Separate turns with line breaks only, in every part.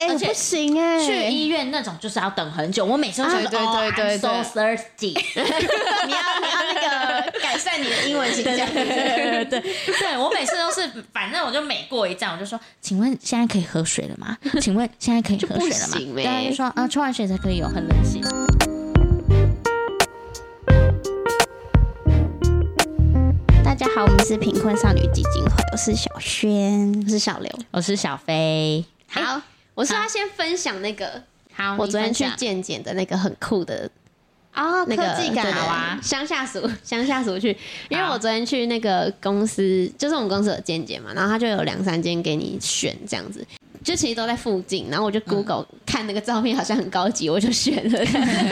哎、
而且
不行哎、
去医院那种就是要等很久，我每次都觉得
对
哦
对啊对
，I'm so
对
thirsty，
你要你要那个改善你的英文形象。
对对对，我每次都是，反正我就每过一站，我就说，请问现在可以喝水了吗？ 请问现在可以喝水了吗？
就不行
对啊，
欸
就说啊，抽完血才可以有，很冷血。
大家好，我们是贫困少女基金会，我是小轩，我是小刘。
我是小飞，
好，哎我是要先分享那个
好，
我
你
昨天
分
去
享
健检的那个很酷的
哦，
那个
科技感
对对对
好啊
乡下属 乡下属去，因为
好
我昨天去那个公司，就是我们公司有健检嘛，然后他就有两三间给你选这样子。就其实都在附近，然后我
嗯
就 Google、看那个照片，好像很高级，我就选了，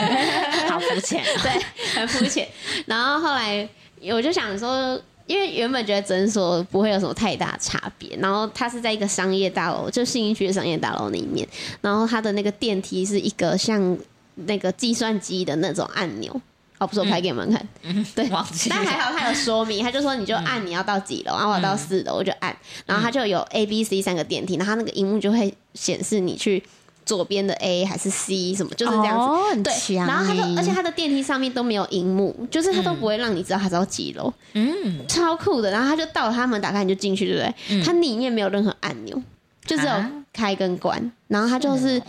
好肤浅哦，
很肤浅。然后后来我就想说，因为原本觉得诊所不会有什么太大差别，然后它是在一个商业大楼，就信义区的商业大楼里面，然后它的那个电梯是一个像那个计算机的那种按钮。哦，不是我拍给你们看， 对
忘记了
但还好他有说明，他就说你就按你要到几楼，然后我到四楼我就按，然后他就有 A、B、C 三个电梯，然后它那个荧幕就会显示你去左边的 A 还是 C 什么，就是这样子。
哦、很
对，
强
然后它的
欸
而且它的电梯上面都没有荧幕，就是它都不会让你知道它是到几楼，
嗯，
超酷的。然后它就到了，它门打开你就进去，对不对？它里面没有任何按钮，就只有
啊
开跟关，然后它就是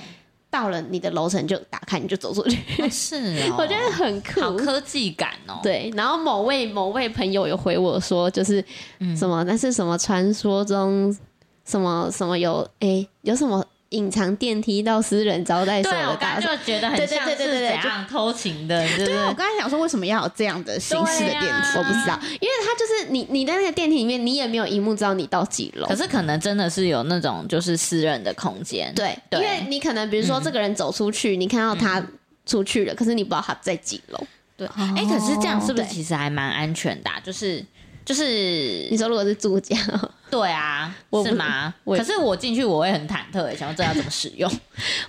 到了你的楼层就打开，你就走出去，
哦是哦，
我觉得很酷。
好科技感哦，
对，然后某位某位朋友有回我说，就是
嗯
什么、那是什么传说中什么什么有诶、有什么隐藏电梯到私人招待所
对，我
的
刚刚
打
就觉得很像是
对对对对对
怎
对
样偷情的，对
对啊，我
不对？
刚才想说，为什么要有这样的形式的电
对啊
梯？
我不知道，因为它就是你你在那个电梯里面，你也没有荧幕知道你到几楼
可。是可能真的是有那种就是私人的空间，
对，
对嗯
因为你可能比如说这个人走出去，你看到他出去了，可是你不知道他在几楼。
对，哎，可是这样是不是
哦对
其实还蛮安全的啊？就是就是
你说如果是住家，
对啊，
我不
是吗？
我
可是我进去我会很忐忑，想要知道怎么使用。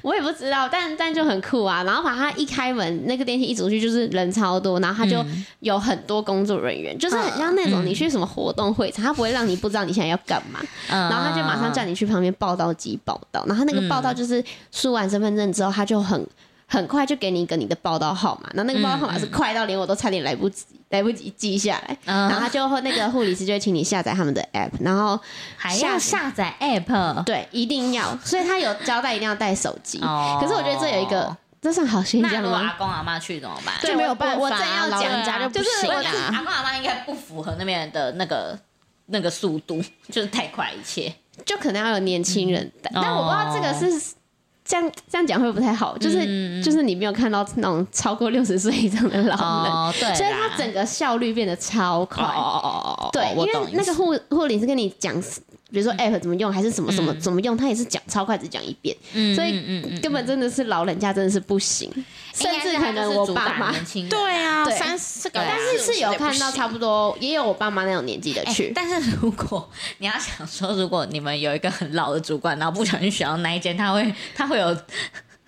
我也不知道，但但就很酷啊。然后把他一开门，那个电梯一走出去就是人超多，然后 他就
嗯
有很多工作人员，就是很像那种你去什么活动会场，他不会让你不知道你现在要干嘛，
嗯
然后他就马上叫你去旁边报到机报到，然后那个报
嗯
到就是输完身份证之后，他就很很快就给你一个你的报到号码，然后那个报到号码是快到连我都差点来不及来不及记下来，
嗯
然后他就会那个护理师就会请你下载他们的 app，然后
还要下载 app
对一定要，所以他有交代一定要带手机，
哦
可是我觉得这有一个这算好心
那
讲
如果啊阿
吗？
公阿妈去怎么办？
对
对
就没有办法
我我正要
老
讲
人家
对啊
就不
就是
行
我
我
觉
对
得
啊。
阿公阿妈应该不符合那边的那个那个速度，就是太快一切。
就可能要有年轻人带，
哦嗯
但我不知道这个是。这样这样讲会不太好，就是、就是你没有看到那种超过六十岁以上的老人，
哦，对啦，
所以它整个效率变得超快。
哦哦哦哦哦，
对，
我
因
懂
为
意思嗯
那个护护理是跟你讲，比如说 app 怎么用，还是什么什么怎么用，他也是讲超快，只讲一遍，
嗯
所以
嗯嗯嗯
根本真的是老人家真的是不行，甚至可能我爸妈
应该是他就是主打。年轻人
对啊，
对
三四个，
对啊
但是是有看到差
不
不多，也有我爸妈那种年纪的
哎
去，
但是如果你要想说，如果你们有一个很老的主管，然后不小心选到那一间，他会他会有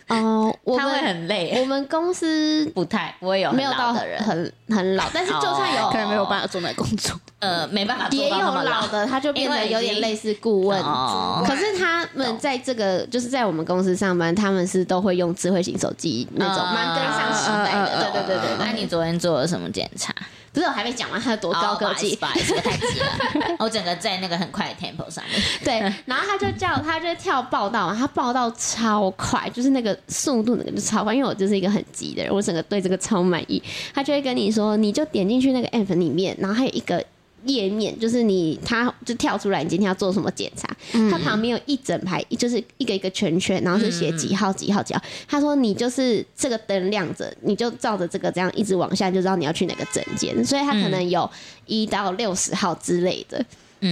哦，我
哎他会
们
很累，
我们公司
不太不会有很
没有
老
到
的人，
很很老，但是就算有
哦
可能没有办法做那个工作。
呃，没办法做
也
到
有
那么
老的，他就变
因
得
为已经
有点类似顾问。
哦
可是他们在这个就是在我们公司上班，他们是都会用智慧型手机那种，
嗯
蛮跟上时代
哦
的。
嗯
对对对对
那
对，
你昨天做了什么检查？
不是我还没讲完他有多高科技
哦不？好意思，不好意思我太急 了，我哦整个在那个很快的 tempo 上面。
对，然后他就叫他就跳报道，他报道超快，就是那个速度那个就超快，因为我就是一个很急的人，我整个对这个超满意。他就会跟你说，你就点进去那个 app 里面，然后还有一个。页面就是你，他就跳出来，你今天要做什么检查？它旁边有一整排，就是一个一个圈圈，然后是写几号几号几号。他说你就是这个灯亮着，你就照着这个这样一直往下，就知道你要去哪个诊间。所以他可能有一到六十号之类的。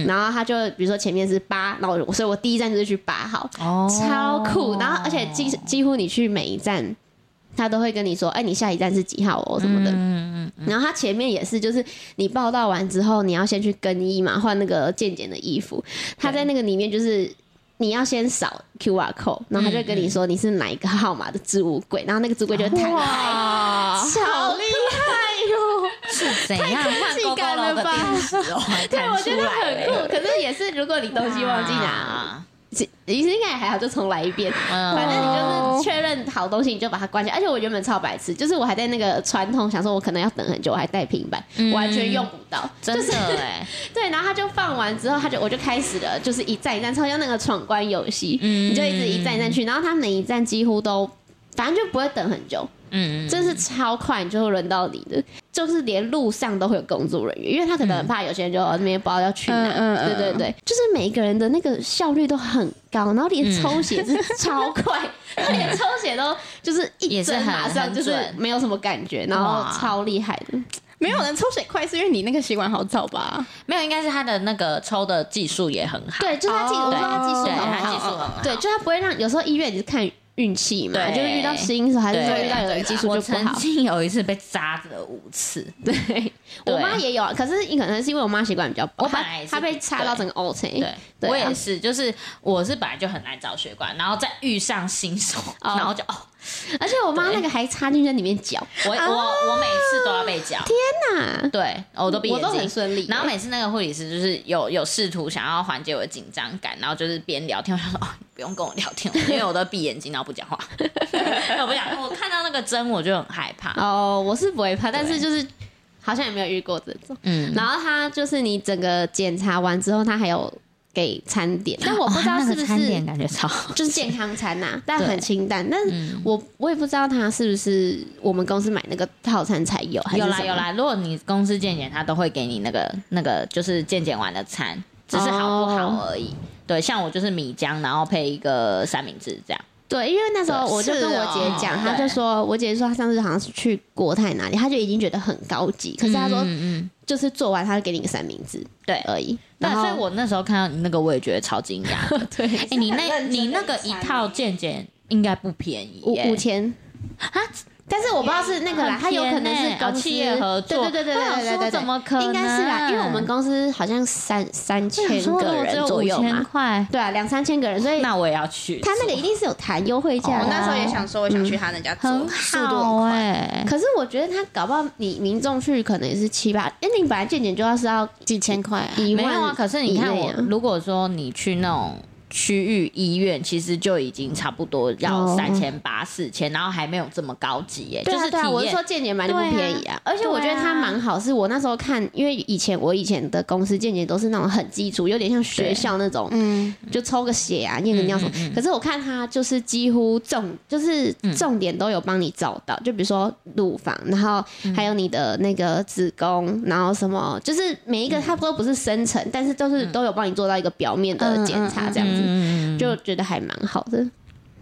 然后他就比如说前面是八，然后我所以我第一站就是去八号，
哦
超酷。然后而且几几乎你去每一站，他都会跟你说，哎，你下一站是几号哦什么的。然后他前面也是，就是你报道完之后，你要先去更衣嘛，换那个健检的衣服。他在那个里面就是。你要先扫 QR code，然后他就跟你说你是哪一个号码的置物柜，然后那个置物柜就会弹开，
哇，
超厉 害哦哟、
是怎样换
技
勾勾
感
楼
了
的
吧
定时哦？还
对，
弹
我
出
觉得
来啊
很
了
酷。可是也是，如果你东西忘记拿，，其其实应该也还好，就重来一遍。
嗯
反正你就是确认好东西，你就把它关起来。而且我原本超白痴，就是我还在那个传统想说，我可能要等很久，我还带平板，
嗯
完全用不到。
真
就是
的哎，
对，然后他就放完之后，他就我就开始了，就是一站一站，超像那个闯关游戏，
嗯
你就一直一站一站去，然后他每一站几乎都，反正就不会等很久，
嗯，
真是超快，你就会轮到你的，就是连路上都会有工作人员，因为他可能很怕有些人就哦那边不知道要去哪，
嗯嗯嗯
对对对，就是每一个人的那个效率都很高，然后连抽血是超快， 他连抽血都就是一
也是
针
很
马上就是
很准
没有什么感觉，然后
哇
超厉害的，
没有人抽血快，是因为你那个血管好早吧？
没有，应该是他的那个抽的技术也很好，
对，就是他技术，我说他技术
对，
很
他技
好
术。很好。
对，就他不会让有时候医院你是看运气嘛，
对
就是遇到新手还是说
对
遇到有人技术
我
就不
曾
好。
经有一次被扎了五次，
对，
对
我妈也有，啊，可是可能是因为我妈血管比较
我
薄，
本
她
来也是
她被插到整个 O C。
对，
对啊
我也是，就是我是本来就很难找血管，然后再遇上新手，
哦
然后就哦，
而且我妈那个还插进去在里面搅，
我我我每次都要被夹，
那
对，哦我都闭
我
眼
都很
睛。
顺利。
然后每次那个护理师就是有有试图想要缓解我的紧张感，然后就是边聊天，我想说哦，你不用跟我聊天，因为我都闭眼睛，然后不讲话， 我不讲，我看到那个针我就很害怕。
哦，我是不会怕，但是就是好像也没有遇过这种。
嗯，
然后她就是你整个检查完之后，她还有给餐点，但我不知道
哦哇那
是
个
不
餐
是
点感觉超好
就是健康餐呐、但
对
很清淡。但
嗯
我我也不知道它是不是我们公司买那个套餐才有，还 是
有啦
什么
有。啦，如果你公司健检，他都会给你那个那个就是健检完的餐，只是好不好而已。对，像我就是米浆，然后配一个三明治这样。
对，因为那时候我就跟我姐讲，
是哦
她就说，我姐说她上次好像是去国泰哪里，她就已经觉得很高级，可是她说
嗯嗯，
就是做完，她就给你个三明治，
对
而已。
对，
然后
所以我那时候看到你那个，我也觉得超惊讶。
对
哎，你
很
那
认真
你那
的
个
一
一
餐
套健检应该不便宜
五
耶，
五千
啊，
但是我不知道是那个啦，她
很
有
便宜
可能是
耶
公
哦
司
企业合作。
对对对对
我想
对对
说
对对
怎么可能？
应该是啦，因为我们公司好像三三
我想
千
说
个
我只
人
有
左右
五千
嘛，
块，
对啊，两三千个人，所以
那我也要去
他
做。
那个一定是有谈优惠价的啊。
哦
我那时候也想说，我想去他那家做，
很
速度很
好
快。
哎，
可是我觉得他搞不好你民众去可能也是七八，因为你本来健检就要是要
几千块啊，
一
没
万，
有啊，可是你看我
以内啊，
如果说你去那种区域医院，其实就已经差不多要
哦
三千八四千，然后还没有这么高级耶、
对
就
啊
是
对啊，
体
我是
验
说健检买的不便宜啊，而且我觉得它蛮
啊
好，是我那时候看，因为以前我以前的公司健检都是那种很基础，有点像学校那种，
嗯，
就抽个血啊、验个尿什
嗯
么。可是我看他就是几乎重，就是重点都有帮你找到，就比如说乳房，然后还有你的那个子宫，然后什么，就是每一个它都不是深层，但是都是都有帮你做到一个表面的检查，这样子、
嗯，
就觉得还蛮好的。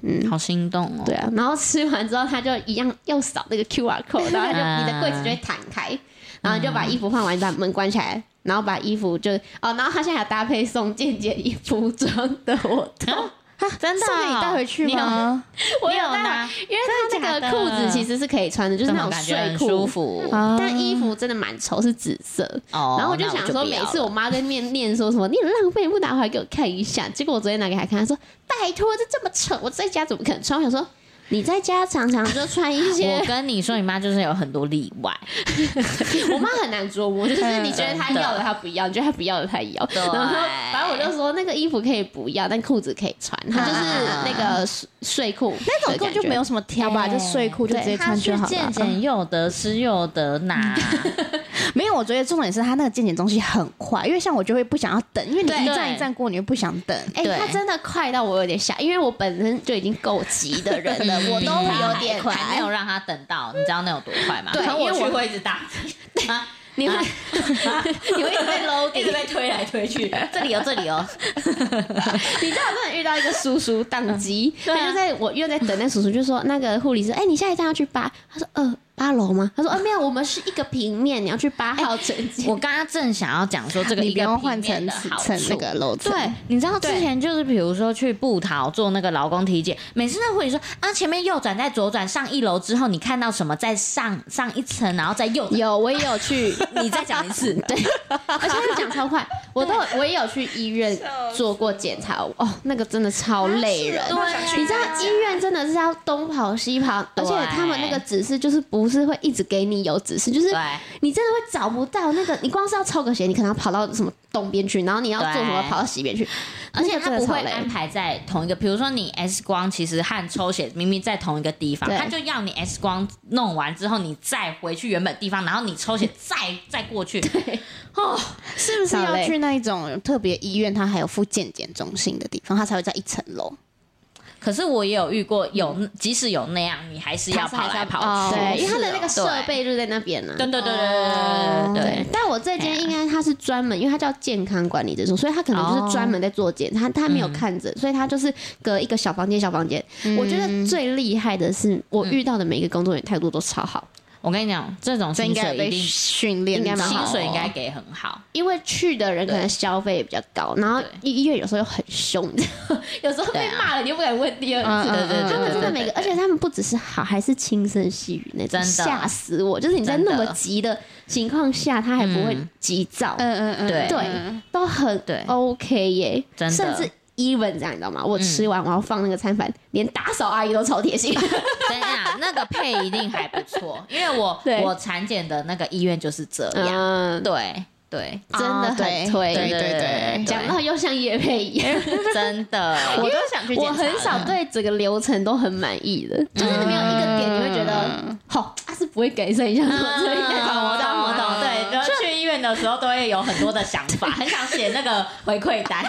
嗯好心动哦。
对啊，然后吃完之后，他就一样又扫那个 QR code，然 后他就你的柜子就会弹开，然后你就把衣服换完，你把门关起来，然后把衣服就哦，然后他现在还搭配送健检衣服装的活 动，
啊
啊
真
送
送
给
给
你
你
带
带
回
回
去
去
吗
吗？
我
你
有
有
带
拿，
因为他
真的假
那个
的
裤子其实是可以穿的，就是
怎
那
么
种
感觉
睡
很
裤，
舒服
但衣服真的蛮丑，是紫色。
哦。
然后我就
那
想说，
不
每
要
次
了
我妈在面念说什么“你很浪费，不拿回来给我看一下”，结果我昨天拿给她看，她说：“拜托，这这么丑，我在家怎么可能穿？”我想说，你在家常常就穿一些
我 跟你说，你妈就是有很多例外，
我妈很难捉摸，就是你觉得她要的她不要，你觉得她不要的她要。
对
然后反正我就说那个衣服可以不要，但裤子可以穿，她就是那个睡睡裤，
那种根本就没有什么挑吧，
哎
就睡裤就直接
她
穿
去
就好
嗯
健
了。
检又得吃又得拿，
没有，我觉得重点是他那个健检东西很快，因为像我就会不想要等，因为你
对
一站一站过，你就不想等。
哎、
对
她真的快到我有点吓，因为我本身就已经够急的人 了，
嗯
我都会有点
还没
快。
有让她等到，你知道那有多快吗？
对
可能我
因为
去
我
会一直打， 啊
你会、
啊
你会一直在 low
一直被推来推去，这里哦，这 里哦，
你知道我真的遇到一个叔叔宕机，
对啊
他就在我又在等那叔叔就说那个护理师，哎、你下一站要去八，他说呃八楼吗？他说呃没有，我们是一个平面，你要去八号诊间。
我刚刚正想要讲说这个
你
一
不
个
用
平
换
面
成
的
尺
好
寸
处
那个楼层，
对，你知道之
对
前就是比如说去布桃做那个劳工体检，每次那护理说啊前面右转再左转上一楼之后，你看到什么再上上一层，然后再右转，
有，我也 有去，
你再讲一次，对，
而且他讲超快，我都我也有去医院做过检查，哦，那个真的超累人。
对啊
你知道医院真的是要东跑西跑，而且他们那个指示就是不不是会一直给你有指示，就是
对
你真的会找不到那个，你光是要抽个血，你可能要跑到什么东边去，然后你要做什么
对
跑到西边去，
而且它
那个真的
不会
超累
安排在同一个，比如说你 X 光其实和抽血明明在同一个地方，
对
它就要你 X 光弄完之后，你再回去原本地方，然后你抽血再再过去。哦，
是不是
好
要
嘞
去那一种特别医院，它还有附健检中心的地方，它才会在一层楼？
可是我也有遇过有，即使有那样，你还是要跑来跑
哦
去。
对，因为它的
是哦
那个设备就在那边呢、
对对对对对对对
对，但我这间应该它是专门，因为它叫健康管理诊所，所以它可能就是专门在做检，它它
嗯
没有看诊，所以它就是隔一个小房间小房间。我觉得最厉害的是，我遇到的每一个工作人员态度都超好，
我跟你讲，这种
这应
薪
该有
水一
被
定
训练
应
到
该
哦，
蛮好
薪水应该给很好。
因为去的人可能消费也比较高，然后医院有时候又很凶，你知道吗有时候被骂了你又不敢问第二
嗯
次。
对啊对对
他们真
对
的每个，而且他们不只是好，还是轻声细语那种，
真的
吓死我！就是你在那么急的情况下，他还不会
嗯
急躁，
嗯嗯嗯，
对
对
嗯
都很
对
OK 耶，
真的
甚至 even 这样，你知道吗？我吃完我要放那个餐盘，连打扫阿姨都超贴心，
真的啊，那个配一定还不错，因为我
对
我产检的那个医院就是这样。
嗯，
对对，哦
真的很
对
推，
对对对
讲到又像叶佩一样，
真的，
我都想去检
我
查了，
很少对整个流程都很满意的，就是没有一个点你会觉得
嗯
好，他是不会改善一下什么这样，
我懂我懂，对，然后嗯 去医院的时候都会有很多的想法，很想写那个回馈单。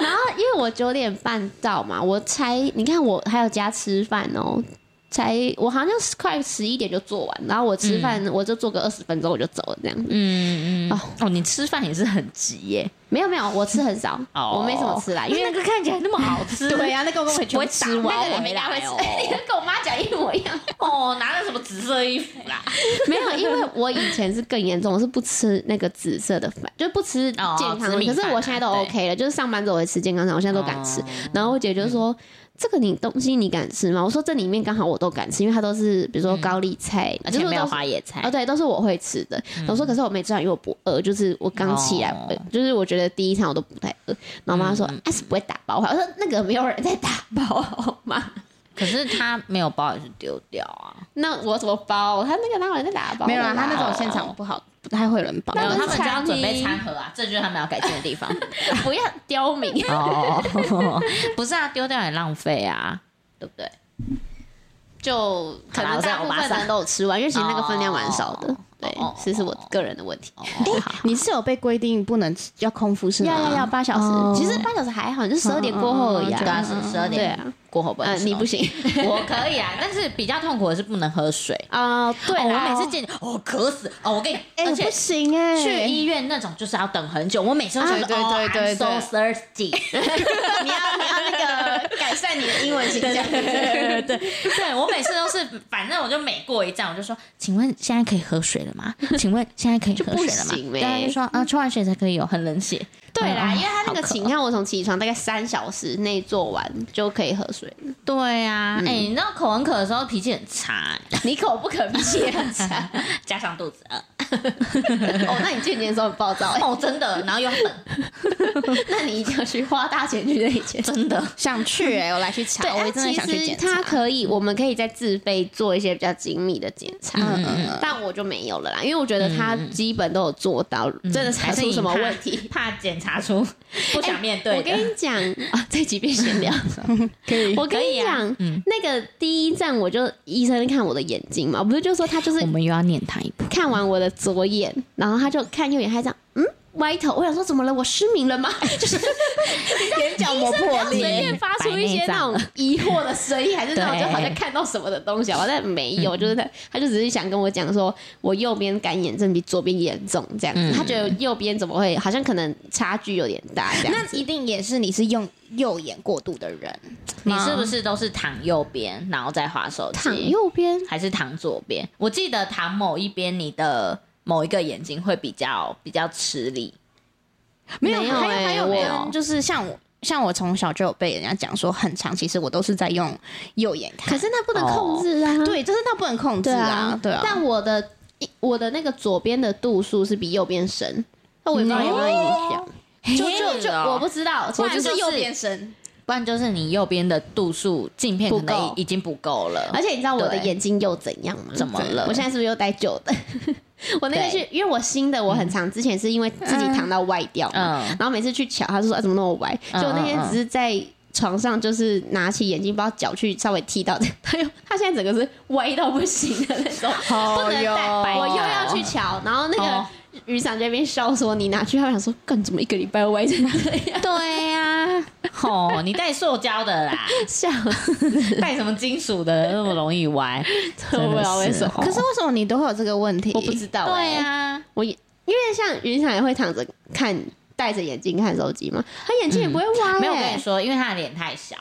然后因为我九点半到嘛，我才你看我还有家吃饭哦。才我好像是快十一点就做完，然后我吃
嗯
饭、我就做个二十分钟我就走了这样子。
嗯嗯，哦，你吃饭也是很急耶，
没有没有，我吃很少，
哦
我没什么吃啦，因
因为
为
那个看起来那么好吃，
对呀，那个我很
不会吃完
那个
回
你应该会
来
吃，
哦。
你跟我妈讲一模一样。
哦，拿了什么紫色衣服啦？
没有，因为我以前是更严重，我是不吃那个紫色的饭，就不吃健康的。
哦紫米
可
饭啊
是我现在都
对
OK 了，就是上班族我会吃健康餐，我现在都敢吃。
哦嗯
然后我姐就说。这个你东西你敢吃吗？我说这里面刚好我都敢吃，因为它都是比如说高丽菜，
嗯而
就
且
是
没
都
有
是
花野菜嗯
哦，，对，都是我会吃的。我说可是我没吃完，啊因为我不饿，就是我刚起来，
哦嗯
呃就是我觉得第一餐我都不太饿。然后我妈说，哎、是不会打包啊。我说那个没有人在打包好吗？
可是他没有包也是丢掉啊。
那我怎么包？他那个哪有人在打包？啊
没有啦，
我
他
哪
那种现场不好，不太会有人帮。
没有，他
那不
们
是
就要
餐
准备
厅
餐盒啊，这就是他们要改进的 地方。
不要刁民。
哦， 不是啊，丢掉也浪费啊，对不对？
就
好
可
啦
能
我再
大部
我马
分
上
人都有吃完，因为其实那个分量蛮少的
哦。
对
哦哦，
这是我个人的问题。
哦
你是有被规定不能吃要空腹是吗？
要要要，八小
哦
时，其实八小时还好，你就十二点过后而已啊。
对啊，是十二
对
点
啊，
过后不能
呃，
吃哦
你不
东西，
行
我可以啊，但是比较痛苦的是不能喝水。
啊。对
哦，
啦，
我每次见哦渴死哦，我跟你，
哎，
而
我不
且
行哎，
去医院那种就是要等很久，我每次都觉
啊
得
对
哦
对对
I'm so
对
thirsty，
你要你要那个改善你的英文形象。
对对对，我每次都是，反正我就每过一站，我就说，请问现在可以喝水了吗？请问现在可以喝水了
就
吗
不？行
对啊，
欸
就说啊，抽完血才可以有，很冷血。
对啦，
嗯
因为他那
好
个
渴
请看我从起床大概三小时内做完就可以喝水了，
对啊，哎，你知道口很渴的时候脾气很差，
你口不可气很差。
欸加上肚子饿，
哦，那你健检的时候很暴躁，
哦，真的，然后又很
那你一定要去花大钱去那里检查。
真的，
想去哎、我来去查，
哦
对，
我
它
真的想
其
去
实
检查
它。可以，我们可以再自费做一些比较精密的检查，
嗯嗯
但我就没有了啦，因为我觉得他基本都有做到，真的
嗯
查
还是
出
你
什么
怕
问题。
怕检查出不想面对
我跟你
的。
讲啊，这几遍闲聊。
可以
我跟你
啊
讲，
嗯
那个第一站我就医生看我的眼睛嘛，我不是就说他就是
我们又要念他一步，
看完我的左眼，然后他就看右眼，他这样嗯歪头，我想说怎么了？我失明了吗？就是
眼角膜
不
破
要随
裂，
便发出一些那种疑惑的声音，还是那种就好像看到什么的东西，好但没有，就是他他就只是想跟我讲说，我右边干眼症比左边严重这样子，他觉得右边怎么会好像可能差距有点大这样
那
子。
一定也是你是用右眼过度的人，
你是不是都是躺右边，然后再划手机？
躺右边，
还是躺左边？我记得躺某一边，你的某一个眼睛会比较比较吃力。
没有
还有
欸
还有
我
跟就是像我像我从小就有被人家讲说很长，其实我都是在用右眼看，
可是那不能控制啊。
对，就是那不能控制
对
啊
啊，，
对啊，
但我的我的那个左边的度数是比右边嗯哦深，那我也不知道有没有影响。就就就我不知道，
我
不然
就是
是
右边
深，
哦不然就是你右边的度数镜片可
不够
能已已经不够了，
而且你知道我的
对
眼睛又怎样吗？
怎么了
我现在是不是又戴旧的？ 我那天
对
去，因为我新的我很长，之前是因为自己躺到歪掉嘛，
嗯
然后每次去瞧，他就说、啊、怎么那么歪，
嗯
就我那天
嗯嗯
只是在。床上就是拿起眼睛，不知道脚去稍微踢到， 他又他现在整个是歪到不行的那种，
好
不能戴。
哟
我又要去瞧，然后那个
哎哦
雨伞这边笑说你拿去，他们想说干怎么一个礼拜歪成这样，
对啊呀、
哦，你带塑胶的啦，
笑死，
带什么金属的那么容易歪？
我不知道为
哦
什么。
可是为什么你都会有这个问题？
我不知道、
对
呀。
呀，
我也因为像云翔也会躺着看，戴着眼镜看手机嘛，他眼睛也不会歪、欸
嗯没有，我跟你说，因为他的脸太小，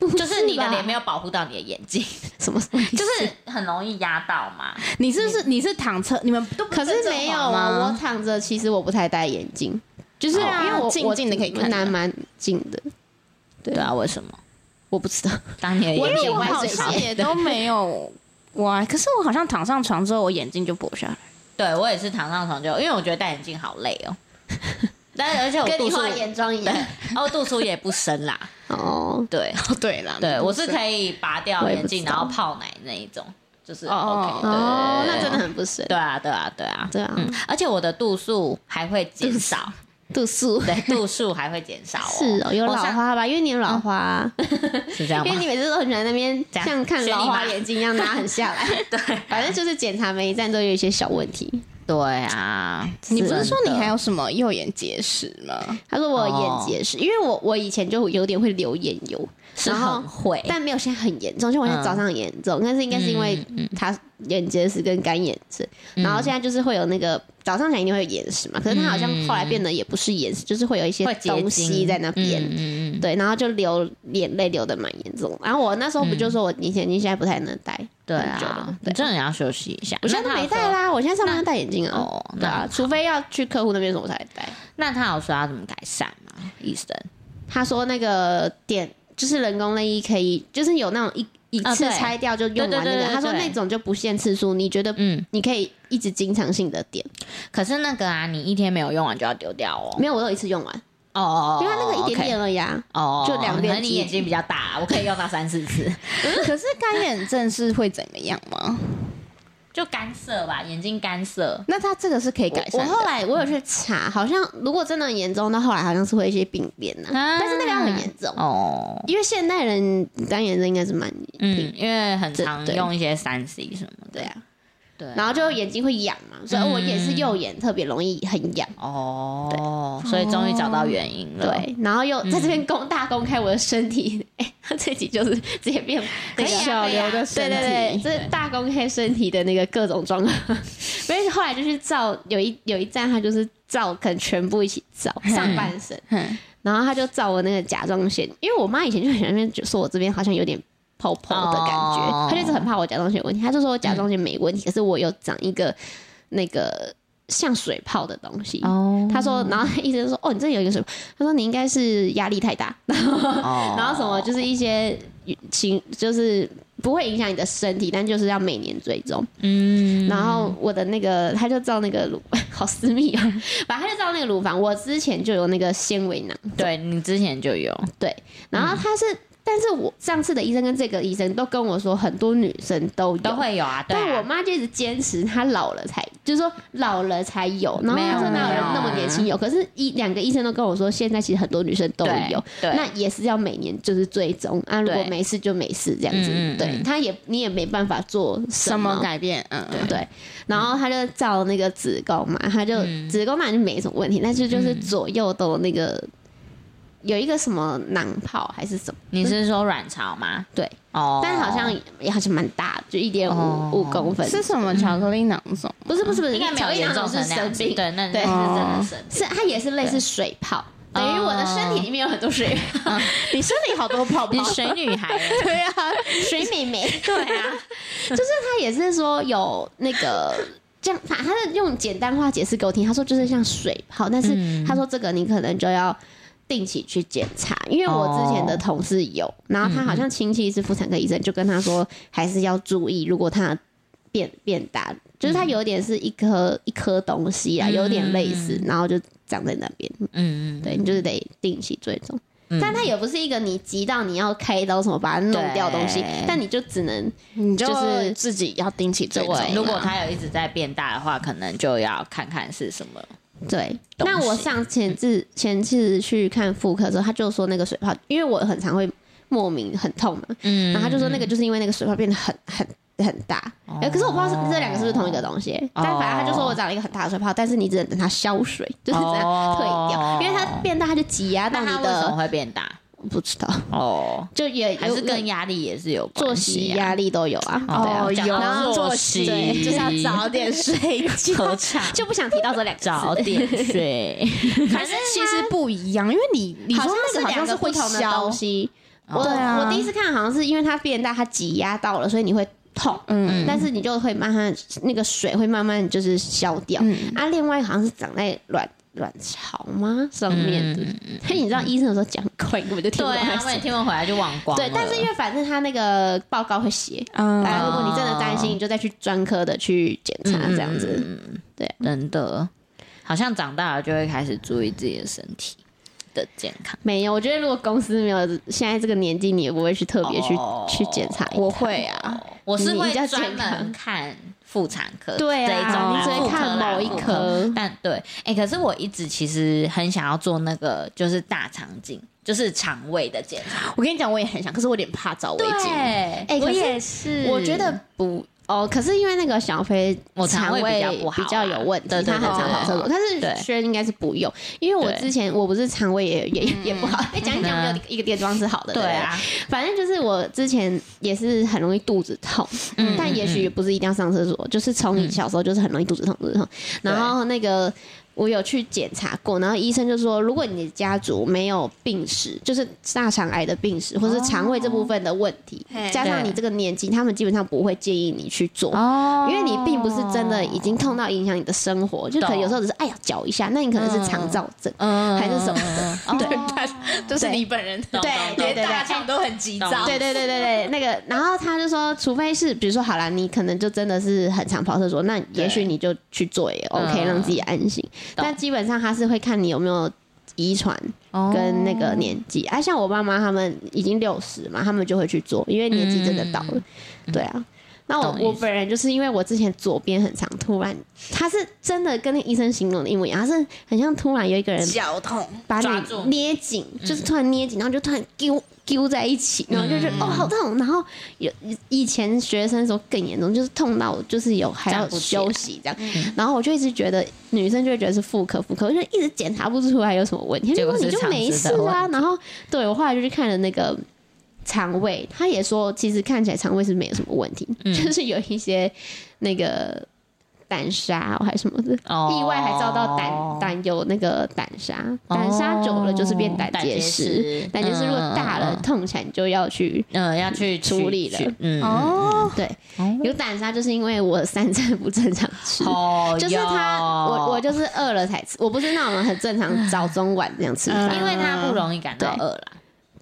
不是
就是你的脸没
有
有保护到你的眼睛，
什么，就
就是很容易压到嘛。
你是不是你是躺车？你们都不
可是
正
没有
常
啊，我
吗？
躺着其实我不太戴眼镜，就是
对
哦
啊
因为我
近近的可以看啊
拿蛮近的，
对啊，为什么？
我不知道，
当你的
因
眼
为
睛
我
歪
好
最
像
少，
也都没有哇。可是我好像躺上床之后，我眼睛就薄下来。
对我也是躺上床就，因为我觉得戴眼镜好累 哦。但而且我
跟
度
你
数
画眼妆一样
对，哦度数也不深 啦。
哦。
对
哦，对了，
对，我是可以拔掉
我也
眼
不知
镜，
道
然后泡奶那一种，就是
哦哦
OK
对
哦，那
对
真的很不深。
对啊，对啊，对啊，
对啊
嗯，而且我的度数还会减少，
度数
对，度数还会减少哦。
是哦，有
我
老
上
花吧？因为你有老花啊，
哦是这样
因为
吗
你？每次都很喜欢那边
这样
像看老花
学你嘛
眼镜一样拿很下来。 对，反正就是检查每一站都有一些小问题。
对啊，
你不是说你还
有
有什么右眼结石吗？
他说我
哦
眼结石，因为我我以前就有点会流眼油，
是
然后
很会，
但没有现在很严重，像我现在早上很严重，但是应该是因为
嗯
他眼结石跟干眼症，然后现在就是会有那个早上起来一定会有眼屎嘛，可是他好像后来变得也不是眼屎，就是会有一些
嗯会结
东西
晶
在那边。
嗯嗯嗯，
对，然后就流眼泪流的蛮严重，然后我那时候不就说我以前你现在不太能戴，
嗯对
很久了
啊，你
对
真的要休息一下。
我现在都
那他
没
有说
戴。啦，我现在上班都戴眼镜啊，
哦
对啊，除非要去客户那边的时候我才戴。
那他有说要怎么改善吗？医生
他说那个点就是人工内衣可以，就是有那种一一
啊
次
对
拆掉就用完那个。
对对对对
他说
对
那种就不限次数，你觉得
嗯，
你可以一直经常性的点，
可是那个啊，你一天没有用完就要丢掉哦。
没有我都一次用完，
哦哦，
嗯因为他那个一点
OK
点而已啊。
哦，
就两边
可能
挤
你眼睛比较大，我可以用到三四 次，
可是干眼症是会怎么样吗？
就干涩吧，眼睛干涩。
那它这个是可以改
我
善的。
后来我有去查，好像如果真的很严重，到后来好像是会一些病变呐、
啊
但是那个要很严重，
哦，
因为现代人干眼症应该是蛮
嗯，因为很
这
常
对
用一些三 C 什么
对
的，
啊，嗯
对啊，
然后就眼睛会痒嘛，所以哦我也是右眼特别容易很痒。
哦，所以终于找到原因了。
对，然后又在这边公大公开我的身 体，哎、他这集就是直接变
可以啊
小
可以啊
刘的身体，对对对，这是大公开身体的那个各种状况。 所以后来就是照有一有一站，他就是照，可能全部一起照上半身，
嗯
然后他就照我那个甲状腺，因为我妈以前就很喜欢说我这边好像有点。泡泡的感觉
哦，
她就是很怕我甲状腺有问题，她就说我甲状腺没问题，可是我有长一个那个像水泡的东西，
哦
他说，然后医生说，哦，你这里有一个什么？他说你应该是压力太大， 然
然
后什么就是一些情，就是不会影响你的身体，但就是要每年追踪。
嗯
然后我的那个，他就照那个乳， 好私密哦，反正他就照那个乳房。我之前就有那个纤维囊，
对你之前就有
然后
嗯
他是，但是我上次的医生跟这个医生都跟我说，很多女生都有
都。会有啊，对
但我
啊，
妈就一直坚持，她老了才，就是说老了才有，然后她说
没有
哪有人那么年轻有？可是一两个医生都跟我说，现在其实很多女生都
对
有，
对
那也是要每年就是追踪啊，如果
对
没事就没事这样子
嗯嗯，嗯
对，她也你也没办法做什
什
么
么。改变？嗯，
对对，然后她就照那个子宫嘛，她就、
嗯
子宫嘛就没什么问题，但是就是左右都有那个有一个什么囊泡还是什么，
你是说卵巢吗？
对，
哦，
但好像也好像蛮大，就一点
哦
五五公分，
是什么巧克力囊肿？
不是不是不是，
应该没有严重
是
成那
生
样子，
病，
对，哦那
对
那是真的生病。
是它也是类似水泡，等于我的身体里面有很多水泡，
你身体好多泡
哦你是水女 孩耶，
对啊，
水美眉，
对啊，
它也是说有那个。这样，他他是用简单化解释给我听，他说就是像水泡，但是
嗯
他说这个你可能就要定期去检查，因为我之前的同事有，然后他好像亲戚是妇产科医生，就跟他说还是要注意，如果他变变大，就是它有点是一颗一颗东
嗯
西啊，有点类似，然后就长在那边，
嗯嗯，
对你就是得定期追踪。
嗯
但它也不是一个你急到你要开刀什么把它弄掉的东西
对，
但你就只能
你
就
就是
是
自己要盯起追踪啊。
对，如果它有一直在变大的话，可能就要看看是什么。
对，
东
那我
西
上前次前次去看妇科的时候，他就说那个水泡，因为我很常会莫名很痛嘛，
嗯哦
然后他就说那个就是因为那个水泡变得很很很大，呃可是我不知道是这两个是不是同一个东西，但反正他就说我长了一个很大的水泡，但是你只能等它消水，就是这样退
哦
掉，因为它变大它就挤压到
那
你
它为什么
的，
会变大？
不知道，
哦，
就也
还是
有
跟压力也是有
作
关
息
系
压
啊。
力都有啊，
哦
对啊
对啊讲
然
到
后
作息
对就是要早点睡觉
合。唱
就不想提到这两个 字
早点睡，
可是其实不一样，因为你你说
好像
那
是哦
好像
两
是
个
会
不同的
消
东，西。我、
对啊
我第一次看好像是因为它变大，它挤压到了，所以你会痛，
嗯
但是你就会慢慢那个水会慢慢就是消掉。
嗯
啊，另外好像是长在卵卵巢吗上面
嗯
的？所以你知道医生有时候讲很快，根本就听
对
不懂
啊，
在
他们
说。
听闻回来就忘光了。
对，但是因为反正他那个报告会写，
嗯
啊，如果你真的担心，你就再去专科的去检查这样子。
哦嗯
对啊
真的，好像长大了就会开始注意自己的身体的健康。
没有，我觉得如果公司没有现在这个年纪，你也不会去特别去、
哦
去检查一下。
我会啊，
我是
你
会
比较健
专门
康
看妇产科
对
这
啊
一种啦，
你只会
妇科
看
啦
某一
妇
科
但对，哎、可是我一直其实很想要做那个，就是大肠镜，就是肠胃的检查。
我跟你讲，我也很想，可是我有点怕找围巾。
哎
哎、
我
可是
也是，
我觉得不哦，可是因为那个小飞
我肠胃比
胃
较不好啊
比较有问题，
对对对
他很常跑厕
对
所。但
对
是轩应该是不用，因为我
对嗯
之前我不是肠胃也也也不好，哎，讲一讲我有一个地方是好的，
对啊，
不对，反正就是我之前也是很容易肚子痛，
嗯
但也许不是一定要上厕所，就是从你小时候就是很容易肚子痛，肚子痛，
对
然后那个。我有去检查过，然后医生就说，如果你的家族没有病史，就是大肠癌的病史，或是肠胃这部分的问题，
嘿
加上
对
你这个年纪，他们基本上不会建议你去做。
哦
因为你并不是真的已经痛到影响你的生活，就可能
懂
有时候只是哎呀搅一下，那你可能是肠燥症、
嗯
还是什么的。
对
就是你本人对
对对
连
对
大众都很急
懂
躁，
对对对对对，那个，然后他就说，除非是比如说好啦，你可能就真的是很常跑厕所，那也许你就去做也 OK，、
嗯
让自己安心。但基本上他是会看你有没有遗传跟那
哦
个年纪。哎、像我爸妈他们已经六十嘛，他们就会去做，因为年纪真的到了。对啊，那我
嗯懂意思
我本人就是因为我之前左边很长，突然他是真的跟那医生形容的一模一样，他是很像突然有一个人
脚痛，
把
抓住嗯
你捏紧，就是突然捏紧，然后就突然揪揪在一起，然后就觉得、哦好痛，然后有以前学生的时候更严重，就是痛到我就是有还要
站不起来
休息这样，
嗯
然后我就一直觉得女生就会觉得是妇科妇科，我就一直检查不出来有什么问题，
结
结
果
果
是
你就没事
肠子的
啊
问，
然后对我后来就去看了那个。肠胃，他也说，其实看起来肠胃是没有什么问题，
嗯
就是有一些那个胆砂还是什么的，
哦
意外还遭到胆胆有那个胆砂，胆砂久了就是变胆结
哦
石，
石嗯
胆结石如果大了、，痛起来，你就要去。
嗯嗯嗯嗯，要去
处理了
去嗯，
哦，
对，有胆砂就是因为我三餐不正常吃。
哦
就是他，我我就是饿了才吃，我不是那种很正常早中晚这样吃饭，
嗯因为他不容易感到饿啦，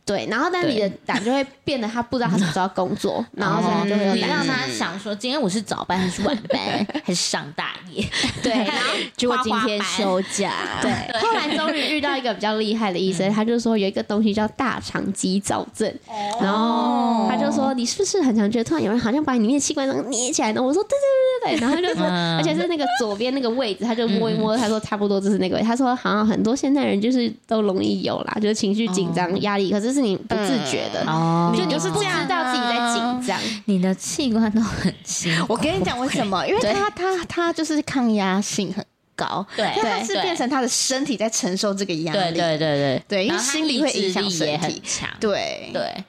对，然后但你的胆就会变得他不知道他什么时候要工作，然后所以他就会
哦
有
嗯你让
胆结
他想说，今天我是早班还是晚班，还是上大夜？
对，然后
结果今
花花
天
班
休假，
对，后来终于遇到一个比较厉害的医
嗯
生，他就说有一个东西叫大肠肌燥症，
哦
然后他就说你是不是很常觉得突然有人好像把你里面的器官都捏起来呢？我说对对对对对，然后他就说，
嗯
而且是那个左边那个位置，他就摸一摸，他说差不多就是那个位置，他说好像很多现代人就是都容易有啦，就是情绪紧张、压力，可是是你不自觉的，
哦
就你
就是
不
这样
知道自己在紧张，
你的器官都很辛苦。
我跟你讲为什么？因为他他他就是抗压性很高，
对
因为他
对
是
对
变成他的身体在承受这个压
对
力，
对对对
对因为
然后他
心理
意
会
志
影响
力
身
也很
体
强，
对
对，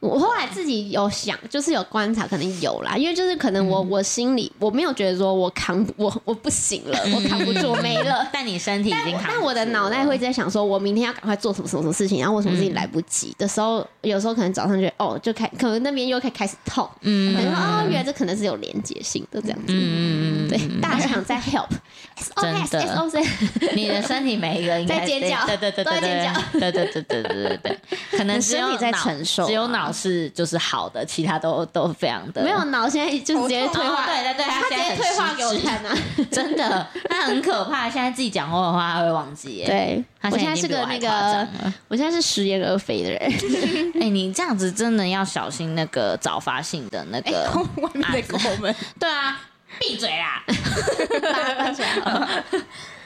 我后来自己有想，就是有观察，可能有啦，因为就是可能我、我心里我没有觉得说我扛不我我不行了，我扛不住我没了。
但你身体已经扛
但
不
我的
住
脑袋
了
会在想说，我明天要赶快做什么什么什么事情，然后我什么事情来不及的时候，有时候可能早上觉得哦，就开，可能那边又开开始痛，
嗯
可能说哦，原来这可能是有连结性的这样子，
嗯嗯嗯嗯
对，大厂在 help SOS
真的
SOS，
你的身体每一个应该
在尖叫
对对对
都
对
在尖
对对对对对对对对，可能
你
只
身
有
体在
脑
承受
只有
啊
脑脑是就是好的，其他都都非常的
没有脑，现在就直接退化，
哦对对对，
他直
现
接
在
退化给我
很失
看啊。
智， 真的，他很可怕。现在自己讲过的话，他会忘记耶。，
对，
他
我
现在
现在
已
是
经比
个
我
那
还
个
夸张了。
我现在是食言而肥的人，
哎、你这样子真的要小心那个早发性的那
哎
个。，
外面的狗们，
对啊，闭嘴啦！